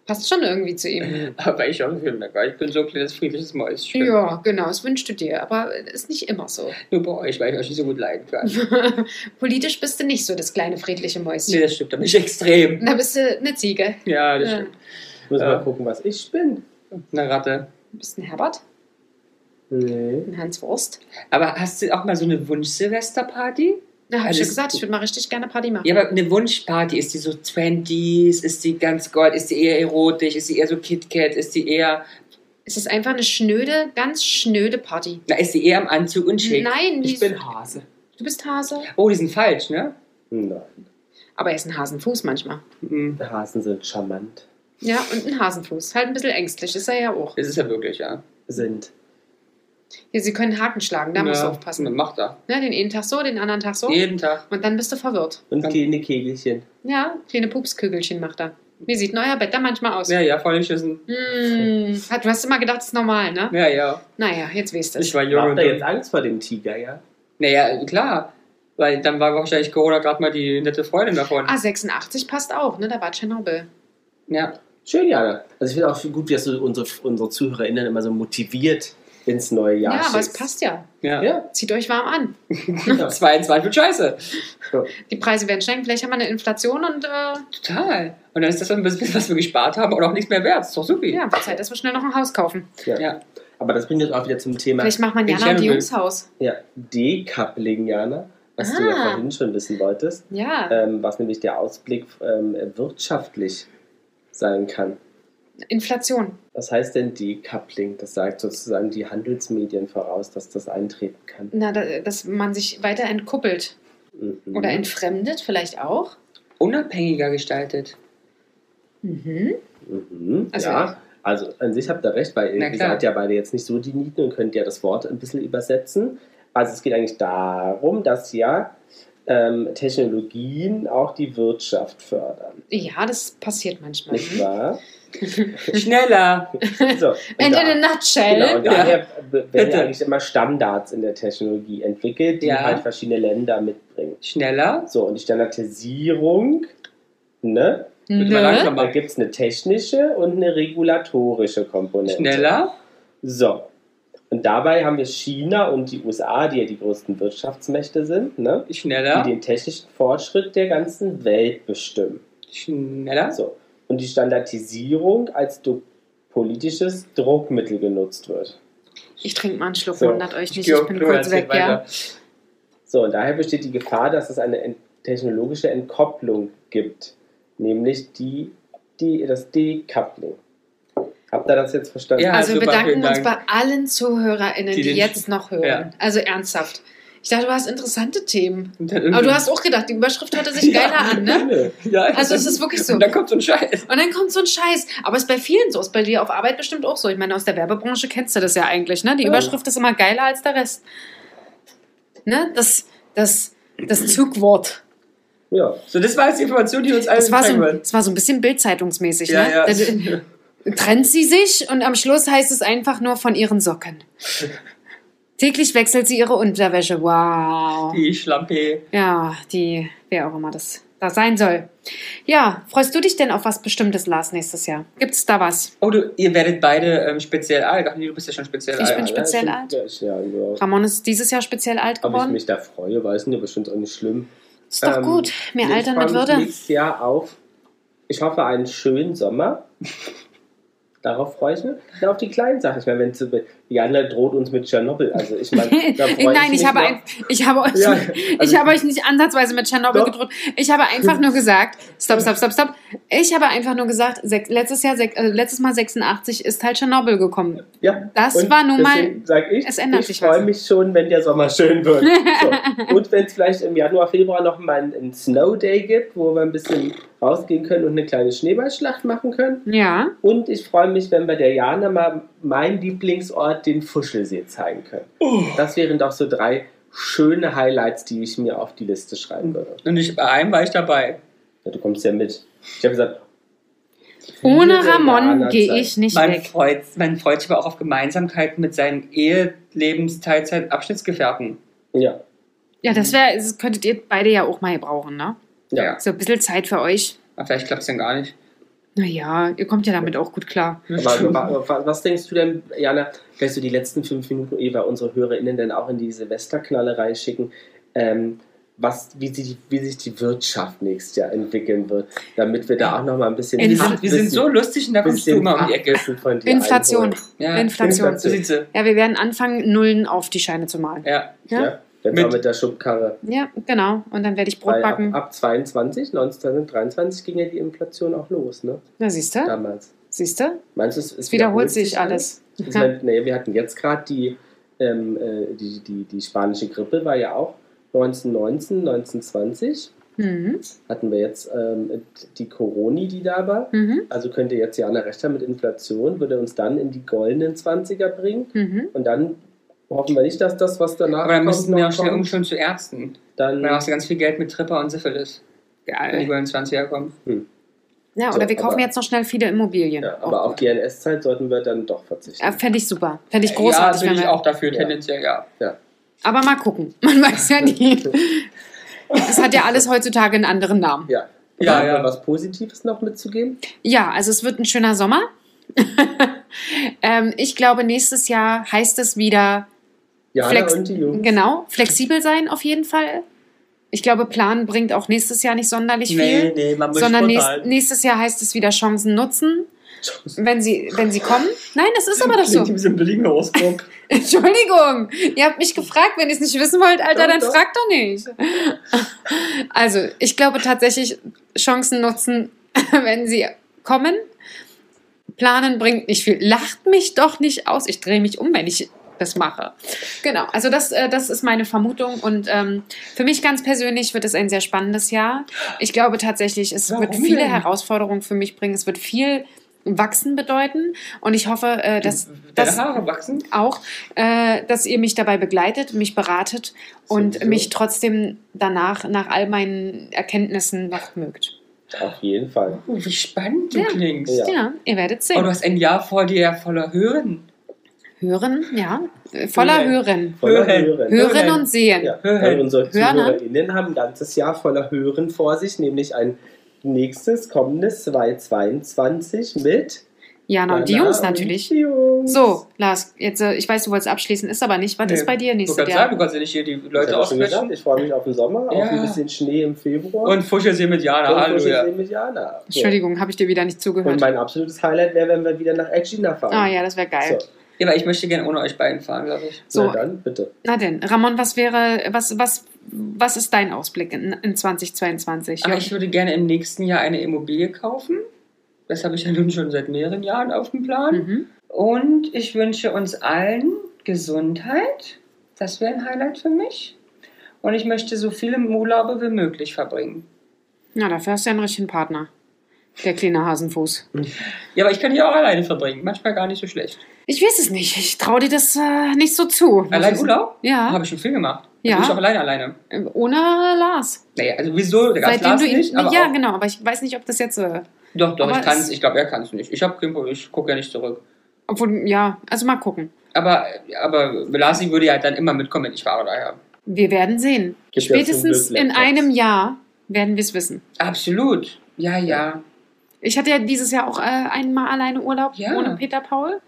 C: Passt schon irgendwie zu ihm.
B: Aber ich auch nicht viel mehr. Ich bin so ein kleines friedliches Mäuschen.
C: Ja, genau, das wünschst du dir, aber ist nicht immer so.
B: Nur bei euch, weil ich euch nicht so gut leiden kann.
C: Politisch bist du nicht so das kleine friedliche
B: Nee,
C: Mäuschen.
B: das stimmt. Da bin ich extrem.
C: Da bist du eine Ziege.
B: Ja, das
C: Ja.
B: stimmt.
A: Ich muss
B: Ja.
A: mal gucken, was ich bin.
B: Eine Ratte.
C: Du bist ein Herbert,
A: Nee.
C: ein Hans Wurst.
B: Aber hast du auch mal so eine Wunsch-Silvester-Party?
C: Na, hab ich
B: Alles
C: schon gesagt, ich würde mal richtig gerne Party machen.
B: Ja, aber eine Wunschparty, ist die so 20s, ist die ganz gold, ist die eher erotisch, ist die eher so KitKat, ist die eher,
C: Es ist einfach eine schnöde, ganz schnöde Party.
B: na, ist die eher im Anzug und schick?
C: Nein, die
B: Ich
C: ist-
B: bin Hase.
C: du bist Hase.
B: Oh, die sind falsch, ne?
A: Nein.
C: Aber er ist ein Hasenfuß manchmal.
B: Hm,
A: Hasen sind charmant.
C: Ja, und ein Hasenfuß. Halt ein bisschen ängstlich, ist er ja auch.
B: Das ist ja wirklich, ja.
A: Sind.
C: Hier, sie können Haken schlagen, da
B: ja,
C: musst du aufpassen.
B: Macht er.
C: Ne, den einen Tag so, den anderen Tag so.
B: Jeden Tag.
C: Und dann bist du verwirrt.
A: Und
B: Dann-
A: kleine Kegelchen.
C: Ja, kleine Pupskügelchen macht er. Wie sieht ein euer Bett da manchmal aus?
B: Ja, ja, voll geschissen.
C: Hm, hat, du hast immer gedacht, das ist normal, ne?
B: Ja, ja.
C: Naja, jetzt weißt du
B: Ich
C: es.
B: war jung und
A: Habt ihr jetzt
B: dumm.
A: Angst vor dem Tiger, ja?
B: Naja, klar. Weil dann war wahrscheinlich Corona gerade mal die nette Freundin davon.
C: Ah, 86 passt auch, ne? Da war Tschernobyl.
B: Ja.
A: Schön, Jana. Also ich finde auch gut, dass du unsere, unsere ZuhörerInnen immer so motiviert ins neue Jahr
C: Ja, aber es
A: schickst.
C: passt ja.
B: Ja.
A: Ja,
C: Zieht euch warm an.
A: genau.
B: 22 wird scheiße.
C: Die Preise werden steigen. Vielleicht haben wir eine Inflation und äh,
B: Total. Und dann ist das so ein bisschen, was wir gespart haben, oder auch nichts mehr wert. Ist doch super.
C: ja, wird Zeit, dass wir schnell noch ein Haus kaufen.
A: ja.
B: Ja.
A: Aber das bringt uns auch wieder zum Thema
C: Vielleicht macht man
B: Ich
C: Jana und die
B: habe-
C: Jungs Haus.
A: ja, Decoupling, Jana, was du
C: Ah.
A: ja vorhin schon wissen wolltest,
C: Ja,
A: ähm, was nämlich der Ausblick ähm, wirtschaftlich sein kann.
C: Inflation.
A: Was heißt denn Decoupling? Das sagt sozusagen die Handelsmedien voraus, dass das eintreten kann.
C: Na, da, dass man sich weiter entkuppelt
A: Mhm.
C: oder entfremdet vielleicht auch.
B: Unabhängiger gestaltet.
C: Mhm.
A: Mhm,
C: Also-
A: ja, also an sich habt ihr recht, weil
B: Na
A: ihr
B: klar.
A: seid ja beide jetzt nicht so die Nieten und könnt ja das Wort ein bisschen übersetzen. Also es geht eigentlich darum, dass ja ähm, Technologien auch die Wirtschaft fördern,
C: Ja, das passiert manchmal.
B: Mhm.
A: nicht wahr?
B: Schneller.
A: So, und
C: And
A: da-
C: in a nutshell.
A: Genau, und
B: Ja.
A: daher werden
B: Bitte.
A: ja eigentlich immer Standards in der Technologie entwickelt, die
B: Ja.
A: halt verschiedene Länder mitbringen.
B: Schneller.
A: So, und die Standardisierung, ne?
B: Wird
C: Nö.
B: immer
A: Da
B: langsamer.
A: gibt es eine technische und eine regulatorische Komponente.
B: Schneller.
A: So. Und dabei haben wir China und die USA, die ja die größten Wirtschaftsmächte sind, ne? die
B: Schneller.
A: den technischen Fortschritt der ganzen Welt bestimmen.
B: Schneller.
A: So. Und die Standardisierung als du politisches Druckmittel genutzt wird.
C: Ich trinke mal einen Schluck,
A: So.
C: wundert euch nicht, ich bin kurz weg, ja. Also,
A: So, und daher besteht die Gefahr, dass es eine ent technologische Entkopplung gibt, nämlich die, die, das Decoupling. Habt ihr das jetzt verstanden?
B: Ja.
C: Also wir
B: super,
C: bedanken
B: vielen
C: uns bei
B: Dank.
C: allen ZuhörerInnen,
B: Die
C: die,
B: den-
C: jetzt noch hören.
B: Ja.
C: Also ernsthaft. Ich dachte, du hast interessante Themen.
B: Aber
C: Aber du hast auch gedacht, die Überschrift hörte sich
B: Ja.
C: geiler an, ne?
A: Nö.
B: Ja,
C: Also es ist wirklich so.
B: Und dann kommt so ein Scheiß.
C: Und dann kommt so ein Scheiß. Aber ist bei vielen so, ist bei dir auf Arbeit bestimmt auch so. Ich meine, aus der Werbebranche kennst du das ja eigentlich, ne? Die
A: Ja.
C: Überschrift ist immer geiler als der Rest. Ne? Das, das, das Zugwort.
A: Ja.
B: So, das war jetzt die Information, die uns alle
C: Das war, so,
B: gefallen
C: ein- das war so ein bisschen bildzeitungsmäßig,
B: Ja,
C: ne?
B: ja.
C: Da- trennt sie sich und am Schluss heißt es einfach nur von ihren Socken. Täglich wechselt sie ihre Unterwäsche. Wow.
B: hat. Die Schlampe.
C: Ja, die, wer auch immer das da sein soll. Ja, freust du dich denn auf was Bestimmtes, Lars, nächstes Jahr? Gibt's da was?
B: Oh, du, ihr werdet beide ähm, speziell alt. Ach nee, du bist ja schon speziell
C: Ich
B: alt.
C: bin
A: Ja,
C: speziell
A: ich
C: alt.
A: Ja, ich, ja, ja.
C: Ramon ist dieses Jahr speziell alt
A: Ob ich
C: geworden.
A: mich da freue, weiß nicht, aber ich finde es auch nicht schlimm.
C: Ist doch
A: ähm,
C: gut. Mehr
A: Nee, ich
C: altern
A: freue
C: mit
A: mich
C: Würde.
A: Nächstes Jahr auf, ich hoffe, einen schönen Sommer. Darauf freue ich mich. Na, auf die kleinen Sachen. Ich meine, wenn zu- Jana droht uns mit Tschernobyl. Also ich meine, da freue
C: Nein,
A: mich
C: ich habe,
A: noch.
C: ein, ich, habe euch,
A: Ja,
C: ich
A: also-
C: habe euch nicht ansatzweise mit Tschernobyl
A: Doch.
C: gedroht. Ich habe einfach nur gesagt, stopp, stopp, stopp, stopp. Ich habe einfach nur gesagt, sech, letztes, Jahr, sech, äh, letztes Mal 86 ist halt Tschernobyl gekommen.
A: Ja.
C: Das
A: Und
C: war nun mal.
A: deswegen sag ich,
C: es ändert
A: ich
C: sich
A: freue
C: was.
A: mich schon, wenn der Sommer schön wird. So. Und wenn es vielleicht im Januar, Februar noch mal einen, einen Snow Day gibt, wo wir ein bisschen rausgehen können und eine kleine Schneeballschlacht machen können.
C: Ja,
A: Und ich freue mich, wenn wir der Jana mal meinen Lieblingsort, den Fuschelsee, zeigen können.
B: Oh.
A: Das wären doch so drei schöne Highlights, die ich mir auf die Liste
B: Mhm.
A: schreiben würde.
B: Und ich, bei einem war ich dabei.
A: Ja, du kommst ja mit. Ich habe gesagt,
C: ohne
A: viele
C: Ramon
A: Jana
C: gehe
A: zeigen.
C: ich nicht
B: Mein
C: weg.
B: Freund, mein Freund war auch auf Gemeinsamkeiten mit seinen Ehelebensteilzeitabschnittsgefährten.
A: Ja,
C: Ja, das, wär, das könntet ihr beide ja auch mal brauchen, ne?
A: Ja.
C: So ein bisschen Zeit für euch.
B: Aber Ah, vielleicht klappt es dann gar nicht.
C: Naja, ihr kommt ja damit auch gut klar.
A: aber wa- wa- was denkst du denn, Jana, vielleicht so die letzten fünf Minuten, ehe wir unsere HörerInnen dann auch in die Silvesterknallerei schicken, ähm, was, wie, sie, wie sich die Wirtschaft nächstes Jahr entwickeln wird, damit wir da auch noch mal ein bisschen
B: wir,
A: Fachwissen-
B: sind, wir sind so lustig und da kommst du
A: bisschen
B: immer um die Ecke.
A: Fachwissen von dir
C: Inflation.
A: einholen.
B: Ja,
C: Inflation.
B: So sieht's. sie.
C: Ja, wir werden anfangen, Nullen auf die Scheine zu malen.
B: Ja.
C: Ja?
A: Ja, jetzt
B: Mit-
A: mit, mit der Schubkarre.
C: Ja, genau. Und dann werde ich Brot
A: Weil ah, ab,
C: backen.
A: ab 22, 1923 ging ja die Inflation auch los, ne?
C: Na, siehst du?
A: Damals.
C: Siehst du?
A: Meinst du, es, es
C: Es wiederholt sich alles.
A: Ich meine, nee, wir hatten jetzt gerade die, ähm, äh, die, die, die spanische Grippe, war ja auch 1919, 1920.
C: Mhm.
A: Hatten wir jetzt ähm, die Coroni, die da war.
C: Mhm.
A: Also könnte jetzt Jana recht haben mit Inflation, würde uns dann in die goldenen 20er bringen.
C: Mhm.
A: Und dann hoffen wir nicht, dass das, was danach
B: Aber dann müssen wir
A: noch
B: auch schnell
A: kommt.
B: umschulen zu Ärzten.
A: Dann,
B: Und dann hast du ganz viel Geld mit Tripper und Syphilis. Wenn die
C: Geil.
B: über den 20er kommen.
C: Ja, oder
A: So,
C: wir kaufen
A: aber-
C: jetzt noch schnell viele Immobilien.
A: ja, aber auf die NS-Zeit sollten wir dann doch verzichten.
C: Ja, Fände ich super. Fände ich
B: ja,
C: großartig.
B: bin
C: wenn
B: ich
C: wir-
B: auch dafür,
A: Ja.
B: tendenziell, ja.
C: Aber mal gucken. Man weiß ja nie. Es hat ja alles heutzutage einen anderen Namen.
A: Ja.
B: Ja,
A: Haben wir
B: ja.
A: was Positives noch mitzugeben?
C: Ja, also es wird ein schöner Sommer. ähm, ich glaube, nächstes Jahr heißt es wieder
A: Jana
C: Flex-
A: und die Jungs.
C: Genau, flexibel sein auf jeden Fall. Ich glaube, Plan bringt auch nächstes Jahr nicht sonderlich viel,
B: nee, man
C: sondern nächst, nächstes Jahr heißt es wieder Chancen nutzen, wenn sie, wenn sie kommen. Nein, das ist aber doch so.
B: Klingt wie so ein billiger Horoskop.
C: Entschuldigung, ihr habt mich gefragt, wenn ihr es nicht wissen wollt, Alter,
A: Doch,
C: dann
A: doch.
C: fragt doch nicht. Also, ich glaube tatsächlich, Chancen nutzen, wenn sie kommen. Planen bringt nicht viel. Lacht mich doch nicht aus. Ich drehe mich um, wenn ich das mache. Genau, also das, äh, das ist meine Vermutung und ähm, für mich ganz persönlich wird es ein sehr spannendes Jahr. Ich glaube tatsächlich, es
B: Warum
C: wird viele
B: denn?
C: Herausforderungen für mich bringen. Es wird viel Wachsen bedeuten und ich hoffe, äh, dass
B: Deine
C: das-
B: Haare wachsen.
C: auch, äh, dass ihr mich dabei begleitet, mich beratet und
A: Sowieso.
C: mich trotzdem danach, nach all meinen Erkenntnissen noch mögt.
A: Auf jeden Fall.
B: Oh, wie spannend du
C: Ja.
B: klingst.
A: Ja.
C: Ja, ihr werdet
B: Oh, du
C: sehen.
B: hast ein Jahr vor dir voller Hören.
C: Hören, ja, äh, voller
B: Hören.
C: Hören.
A: Voller
B: Hören.
A: Hören. ne?
C: Hören
B: Hören.
C: und Sehen.
A: Ja,
B: Hören.
A: weil unsere
C: Hörner.
A: ZuhörerInnen haben ein ganzes Jahr voller Hören vor sich, nämlich ein nächstes kommendes 2022 mit
C: Jana und die
A: Jana
C: Jungs
A: und
C: natürlich.
A: die Jungs.
C: So, Lars, jetzt, äh, ich weiß, du wolltest abschließen, ist aber nicht. Was
B: Nee,
C: ist bei dir
B: Du
C: nächstes
B: kannst sagen,
C: Jahr?
B: du kannst ja nicht hier die
A: Ich
B: Leute
A: hab schon
B: aussprechen.
A: gesagt, ich freue mich auf den Sommer, auf
B: Ja.
A: ein bisschen Schnee im Februar.
B: Und Fuschelsee mit Jana,
A: Und Fuschelsee
B: Halleluja.
A: mit Jana. So.
C: Entschuldigung, habe ich dir wieder nicht
A: Und
C: zugehört.
A: mein absolutes Highlight wäre, wenn wir wieder nach Edgina fahren.
C: Ah ja, das wäre geil.
A: So,
B: Ja, aber ich möchte gerne ohne euch beiden fahren, glaube ich.
C: So,
A: Na dann, bitte.
C: na denn, Ramon, was wäre, was, was, was ist dein Ausblick in, in 2022?
B: Aber Ah, ich würde gerne im nächsten Jahr eine Immobilie kaufen. Das habe ich ja nun schon seit mehreren Jahren auf dem Plan.
C: mhm.
B: Und ich wünsche uns allen Gesundheit. Das wäre ein Highlight für mich. Und ich möchte so viel im Urlaube wie möglich verbringen.
C: Na, dafür hast du ja einen richtigen Partner. Der kleine Hasenfuß.
B: Ja, aber ich kann die auch alleine verbringen. Manchmal gar nicht so schlecht.
C: Ich weiß es nicht. Ich traue dir das äh, nicht so zu.
B: Allein Urlaub?
C: Ja,
B: Habe ich schon viel gemacht.
C: Ja.
B: Ja. Ich auch alleine alleine.
C: äh, ohne Lars.
B: Nee, also wieso? Der ganz
C: Seitdem
B: Lars
C: du ihn.
B: nicht, aber
C: ja,
B: auch,
C: genau, aber ich weiß nicht, ob das jetzt. Äh,
B: Doch, doch,
C: aber
B: ich kann es.
C: es-
B: Ich glaube, er kann es nicht. Ich habe kein Problem. Ich gucke ja nicht zurück.
C: obwohl, ja, also mal gucken.
B: Aber, aber Lasi würde ja dann immer mitkommen, wenn ich fahre daher.
C: Wir werden sehen.
A: Gibt ja
C: Spätestens
A: zum Glück
C: in
A: Laptops.
C: einem Jahr werden wir es wissen.
B: Absolut. Ja, ja.
C: Ich hatte ja dieses Jahr auch äh, einmal alleine Urlaub
B: Ja.
C: ohne Peter Paul.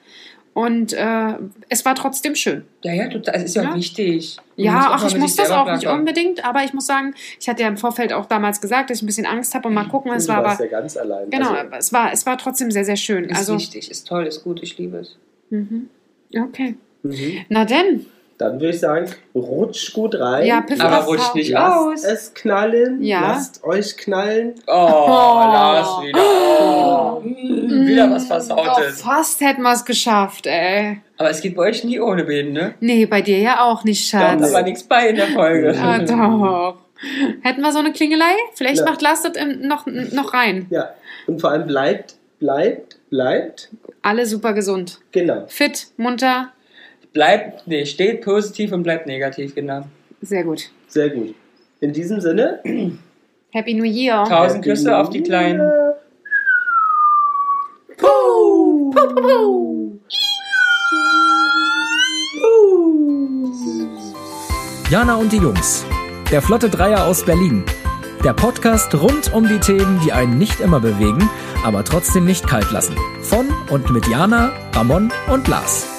C: Und äh, es war trotzdem schön.
B: Ja, ja, total. Es ist ja,
C: Ja.
B: auch wichtig. Man muss
C: Ja,
B: auch
C: ach,
B: mal
C: ich
B: mit
C: muss
B: sich
C: das
B: selber
C: auch nicht
B: klarkommen.
C: unbedingt, aber ich muss sagen, ich hatte ja im Vorfeld auch damals gesagt, dass ich ein bisschen Angst habe und mal gucken, es
A: Mhm, du
C: war aber.
A: warst ja ganz allein.
C: Genau,
A: Also,
C: aber es war, es war trotzdem sehr, sehr schön.
B: Ist
C: Also,
B: wichtig, ist toll, ist gut, ich liebe es.
C: mhm. okay.
A: mhm.
C: Na denn,
A: Dann würde ich sagen, rutscht gut rein.
C: Ja, piff
B: Aber
C: Lasst
B: rutscht
C: auch-
B: nicht aus.
A: Lasst es knallen.
C: Ja.
A: Lasst euch knallen.
B: Oh, Lars wieder. Oh, mm, wieder was
C: Doch,
B: Versautes.
C: fast hätten wir es geschafft, ey.
B: Aber es geht bei euch nie ohne Beten, ne?
C: Nee, bei dir ja auch nicht,
B: Da
C: Schatz.
B: ist aber nichts bei in der Folge.
A: Ja,
C: ah, doch. Hätten wir so eine Klingelei? Vielleicht
A: Ja.
C: macht Lars das im- noch, noch rein.
A: Ja. Und vor allem bleibt, bleibt, bleibt.
C: Alle super gesund.
A: Genau.
C: Fit, munter,
B: Bleibt, nee, steht positiv und bleibt negativ, genau.
C: sehr gut.
A: Sehr gut. In diesem Sinne.
C: Happy New Year.
B: Tausend Küsse auf die Kleinen.
A: Puh. Puh, puh, puh.
D: Jana und die Jungs. Der Flotte Dreier aus Berlin. Der Podcast rund um die Themen, die einen nicht immer bewegen, aber trotzdem nicht kalt lassen. Von und mit Jana, Ramon und Lars.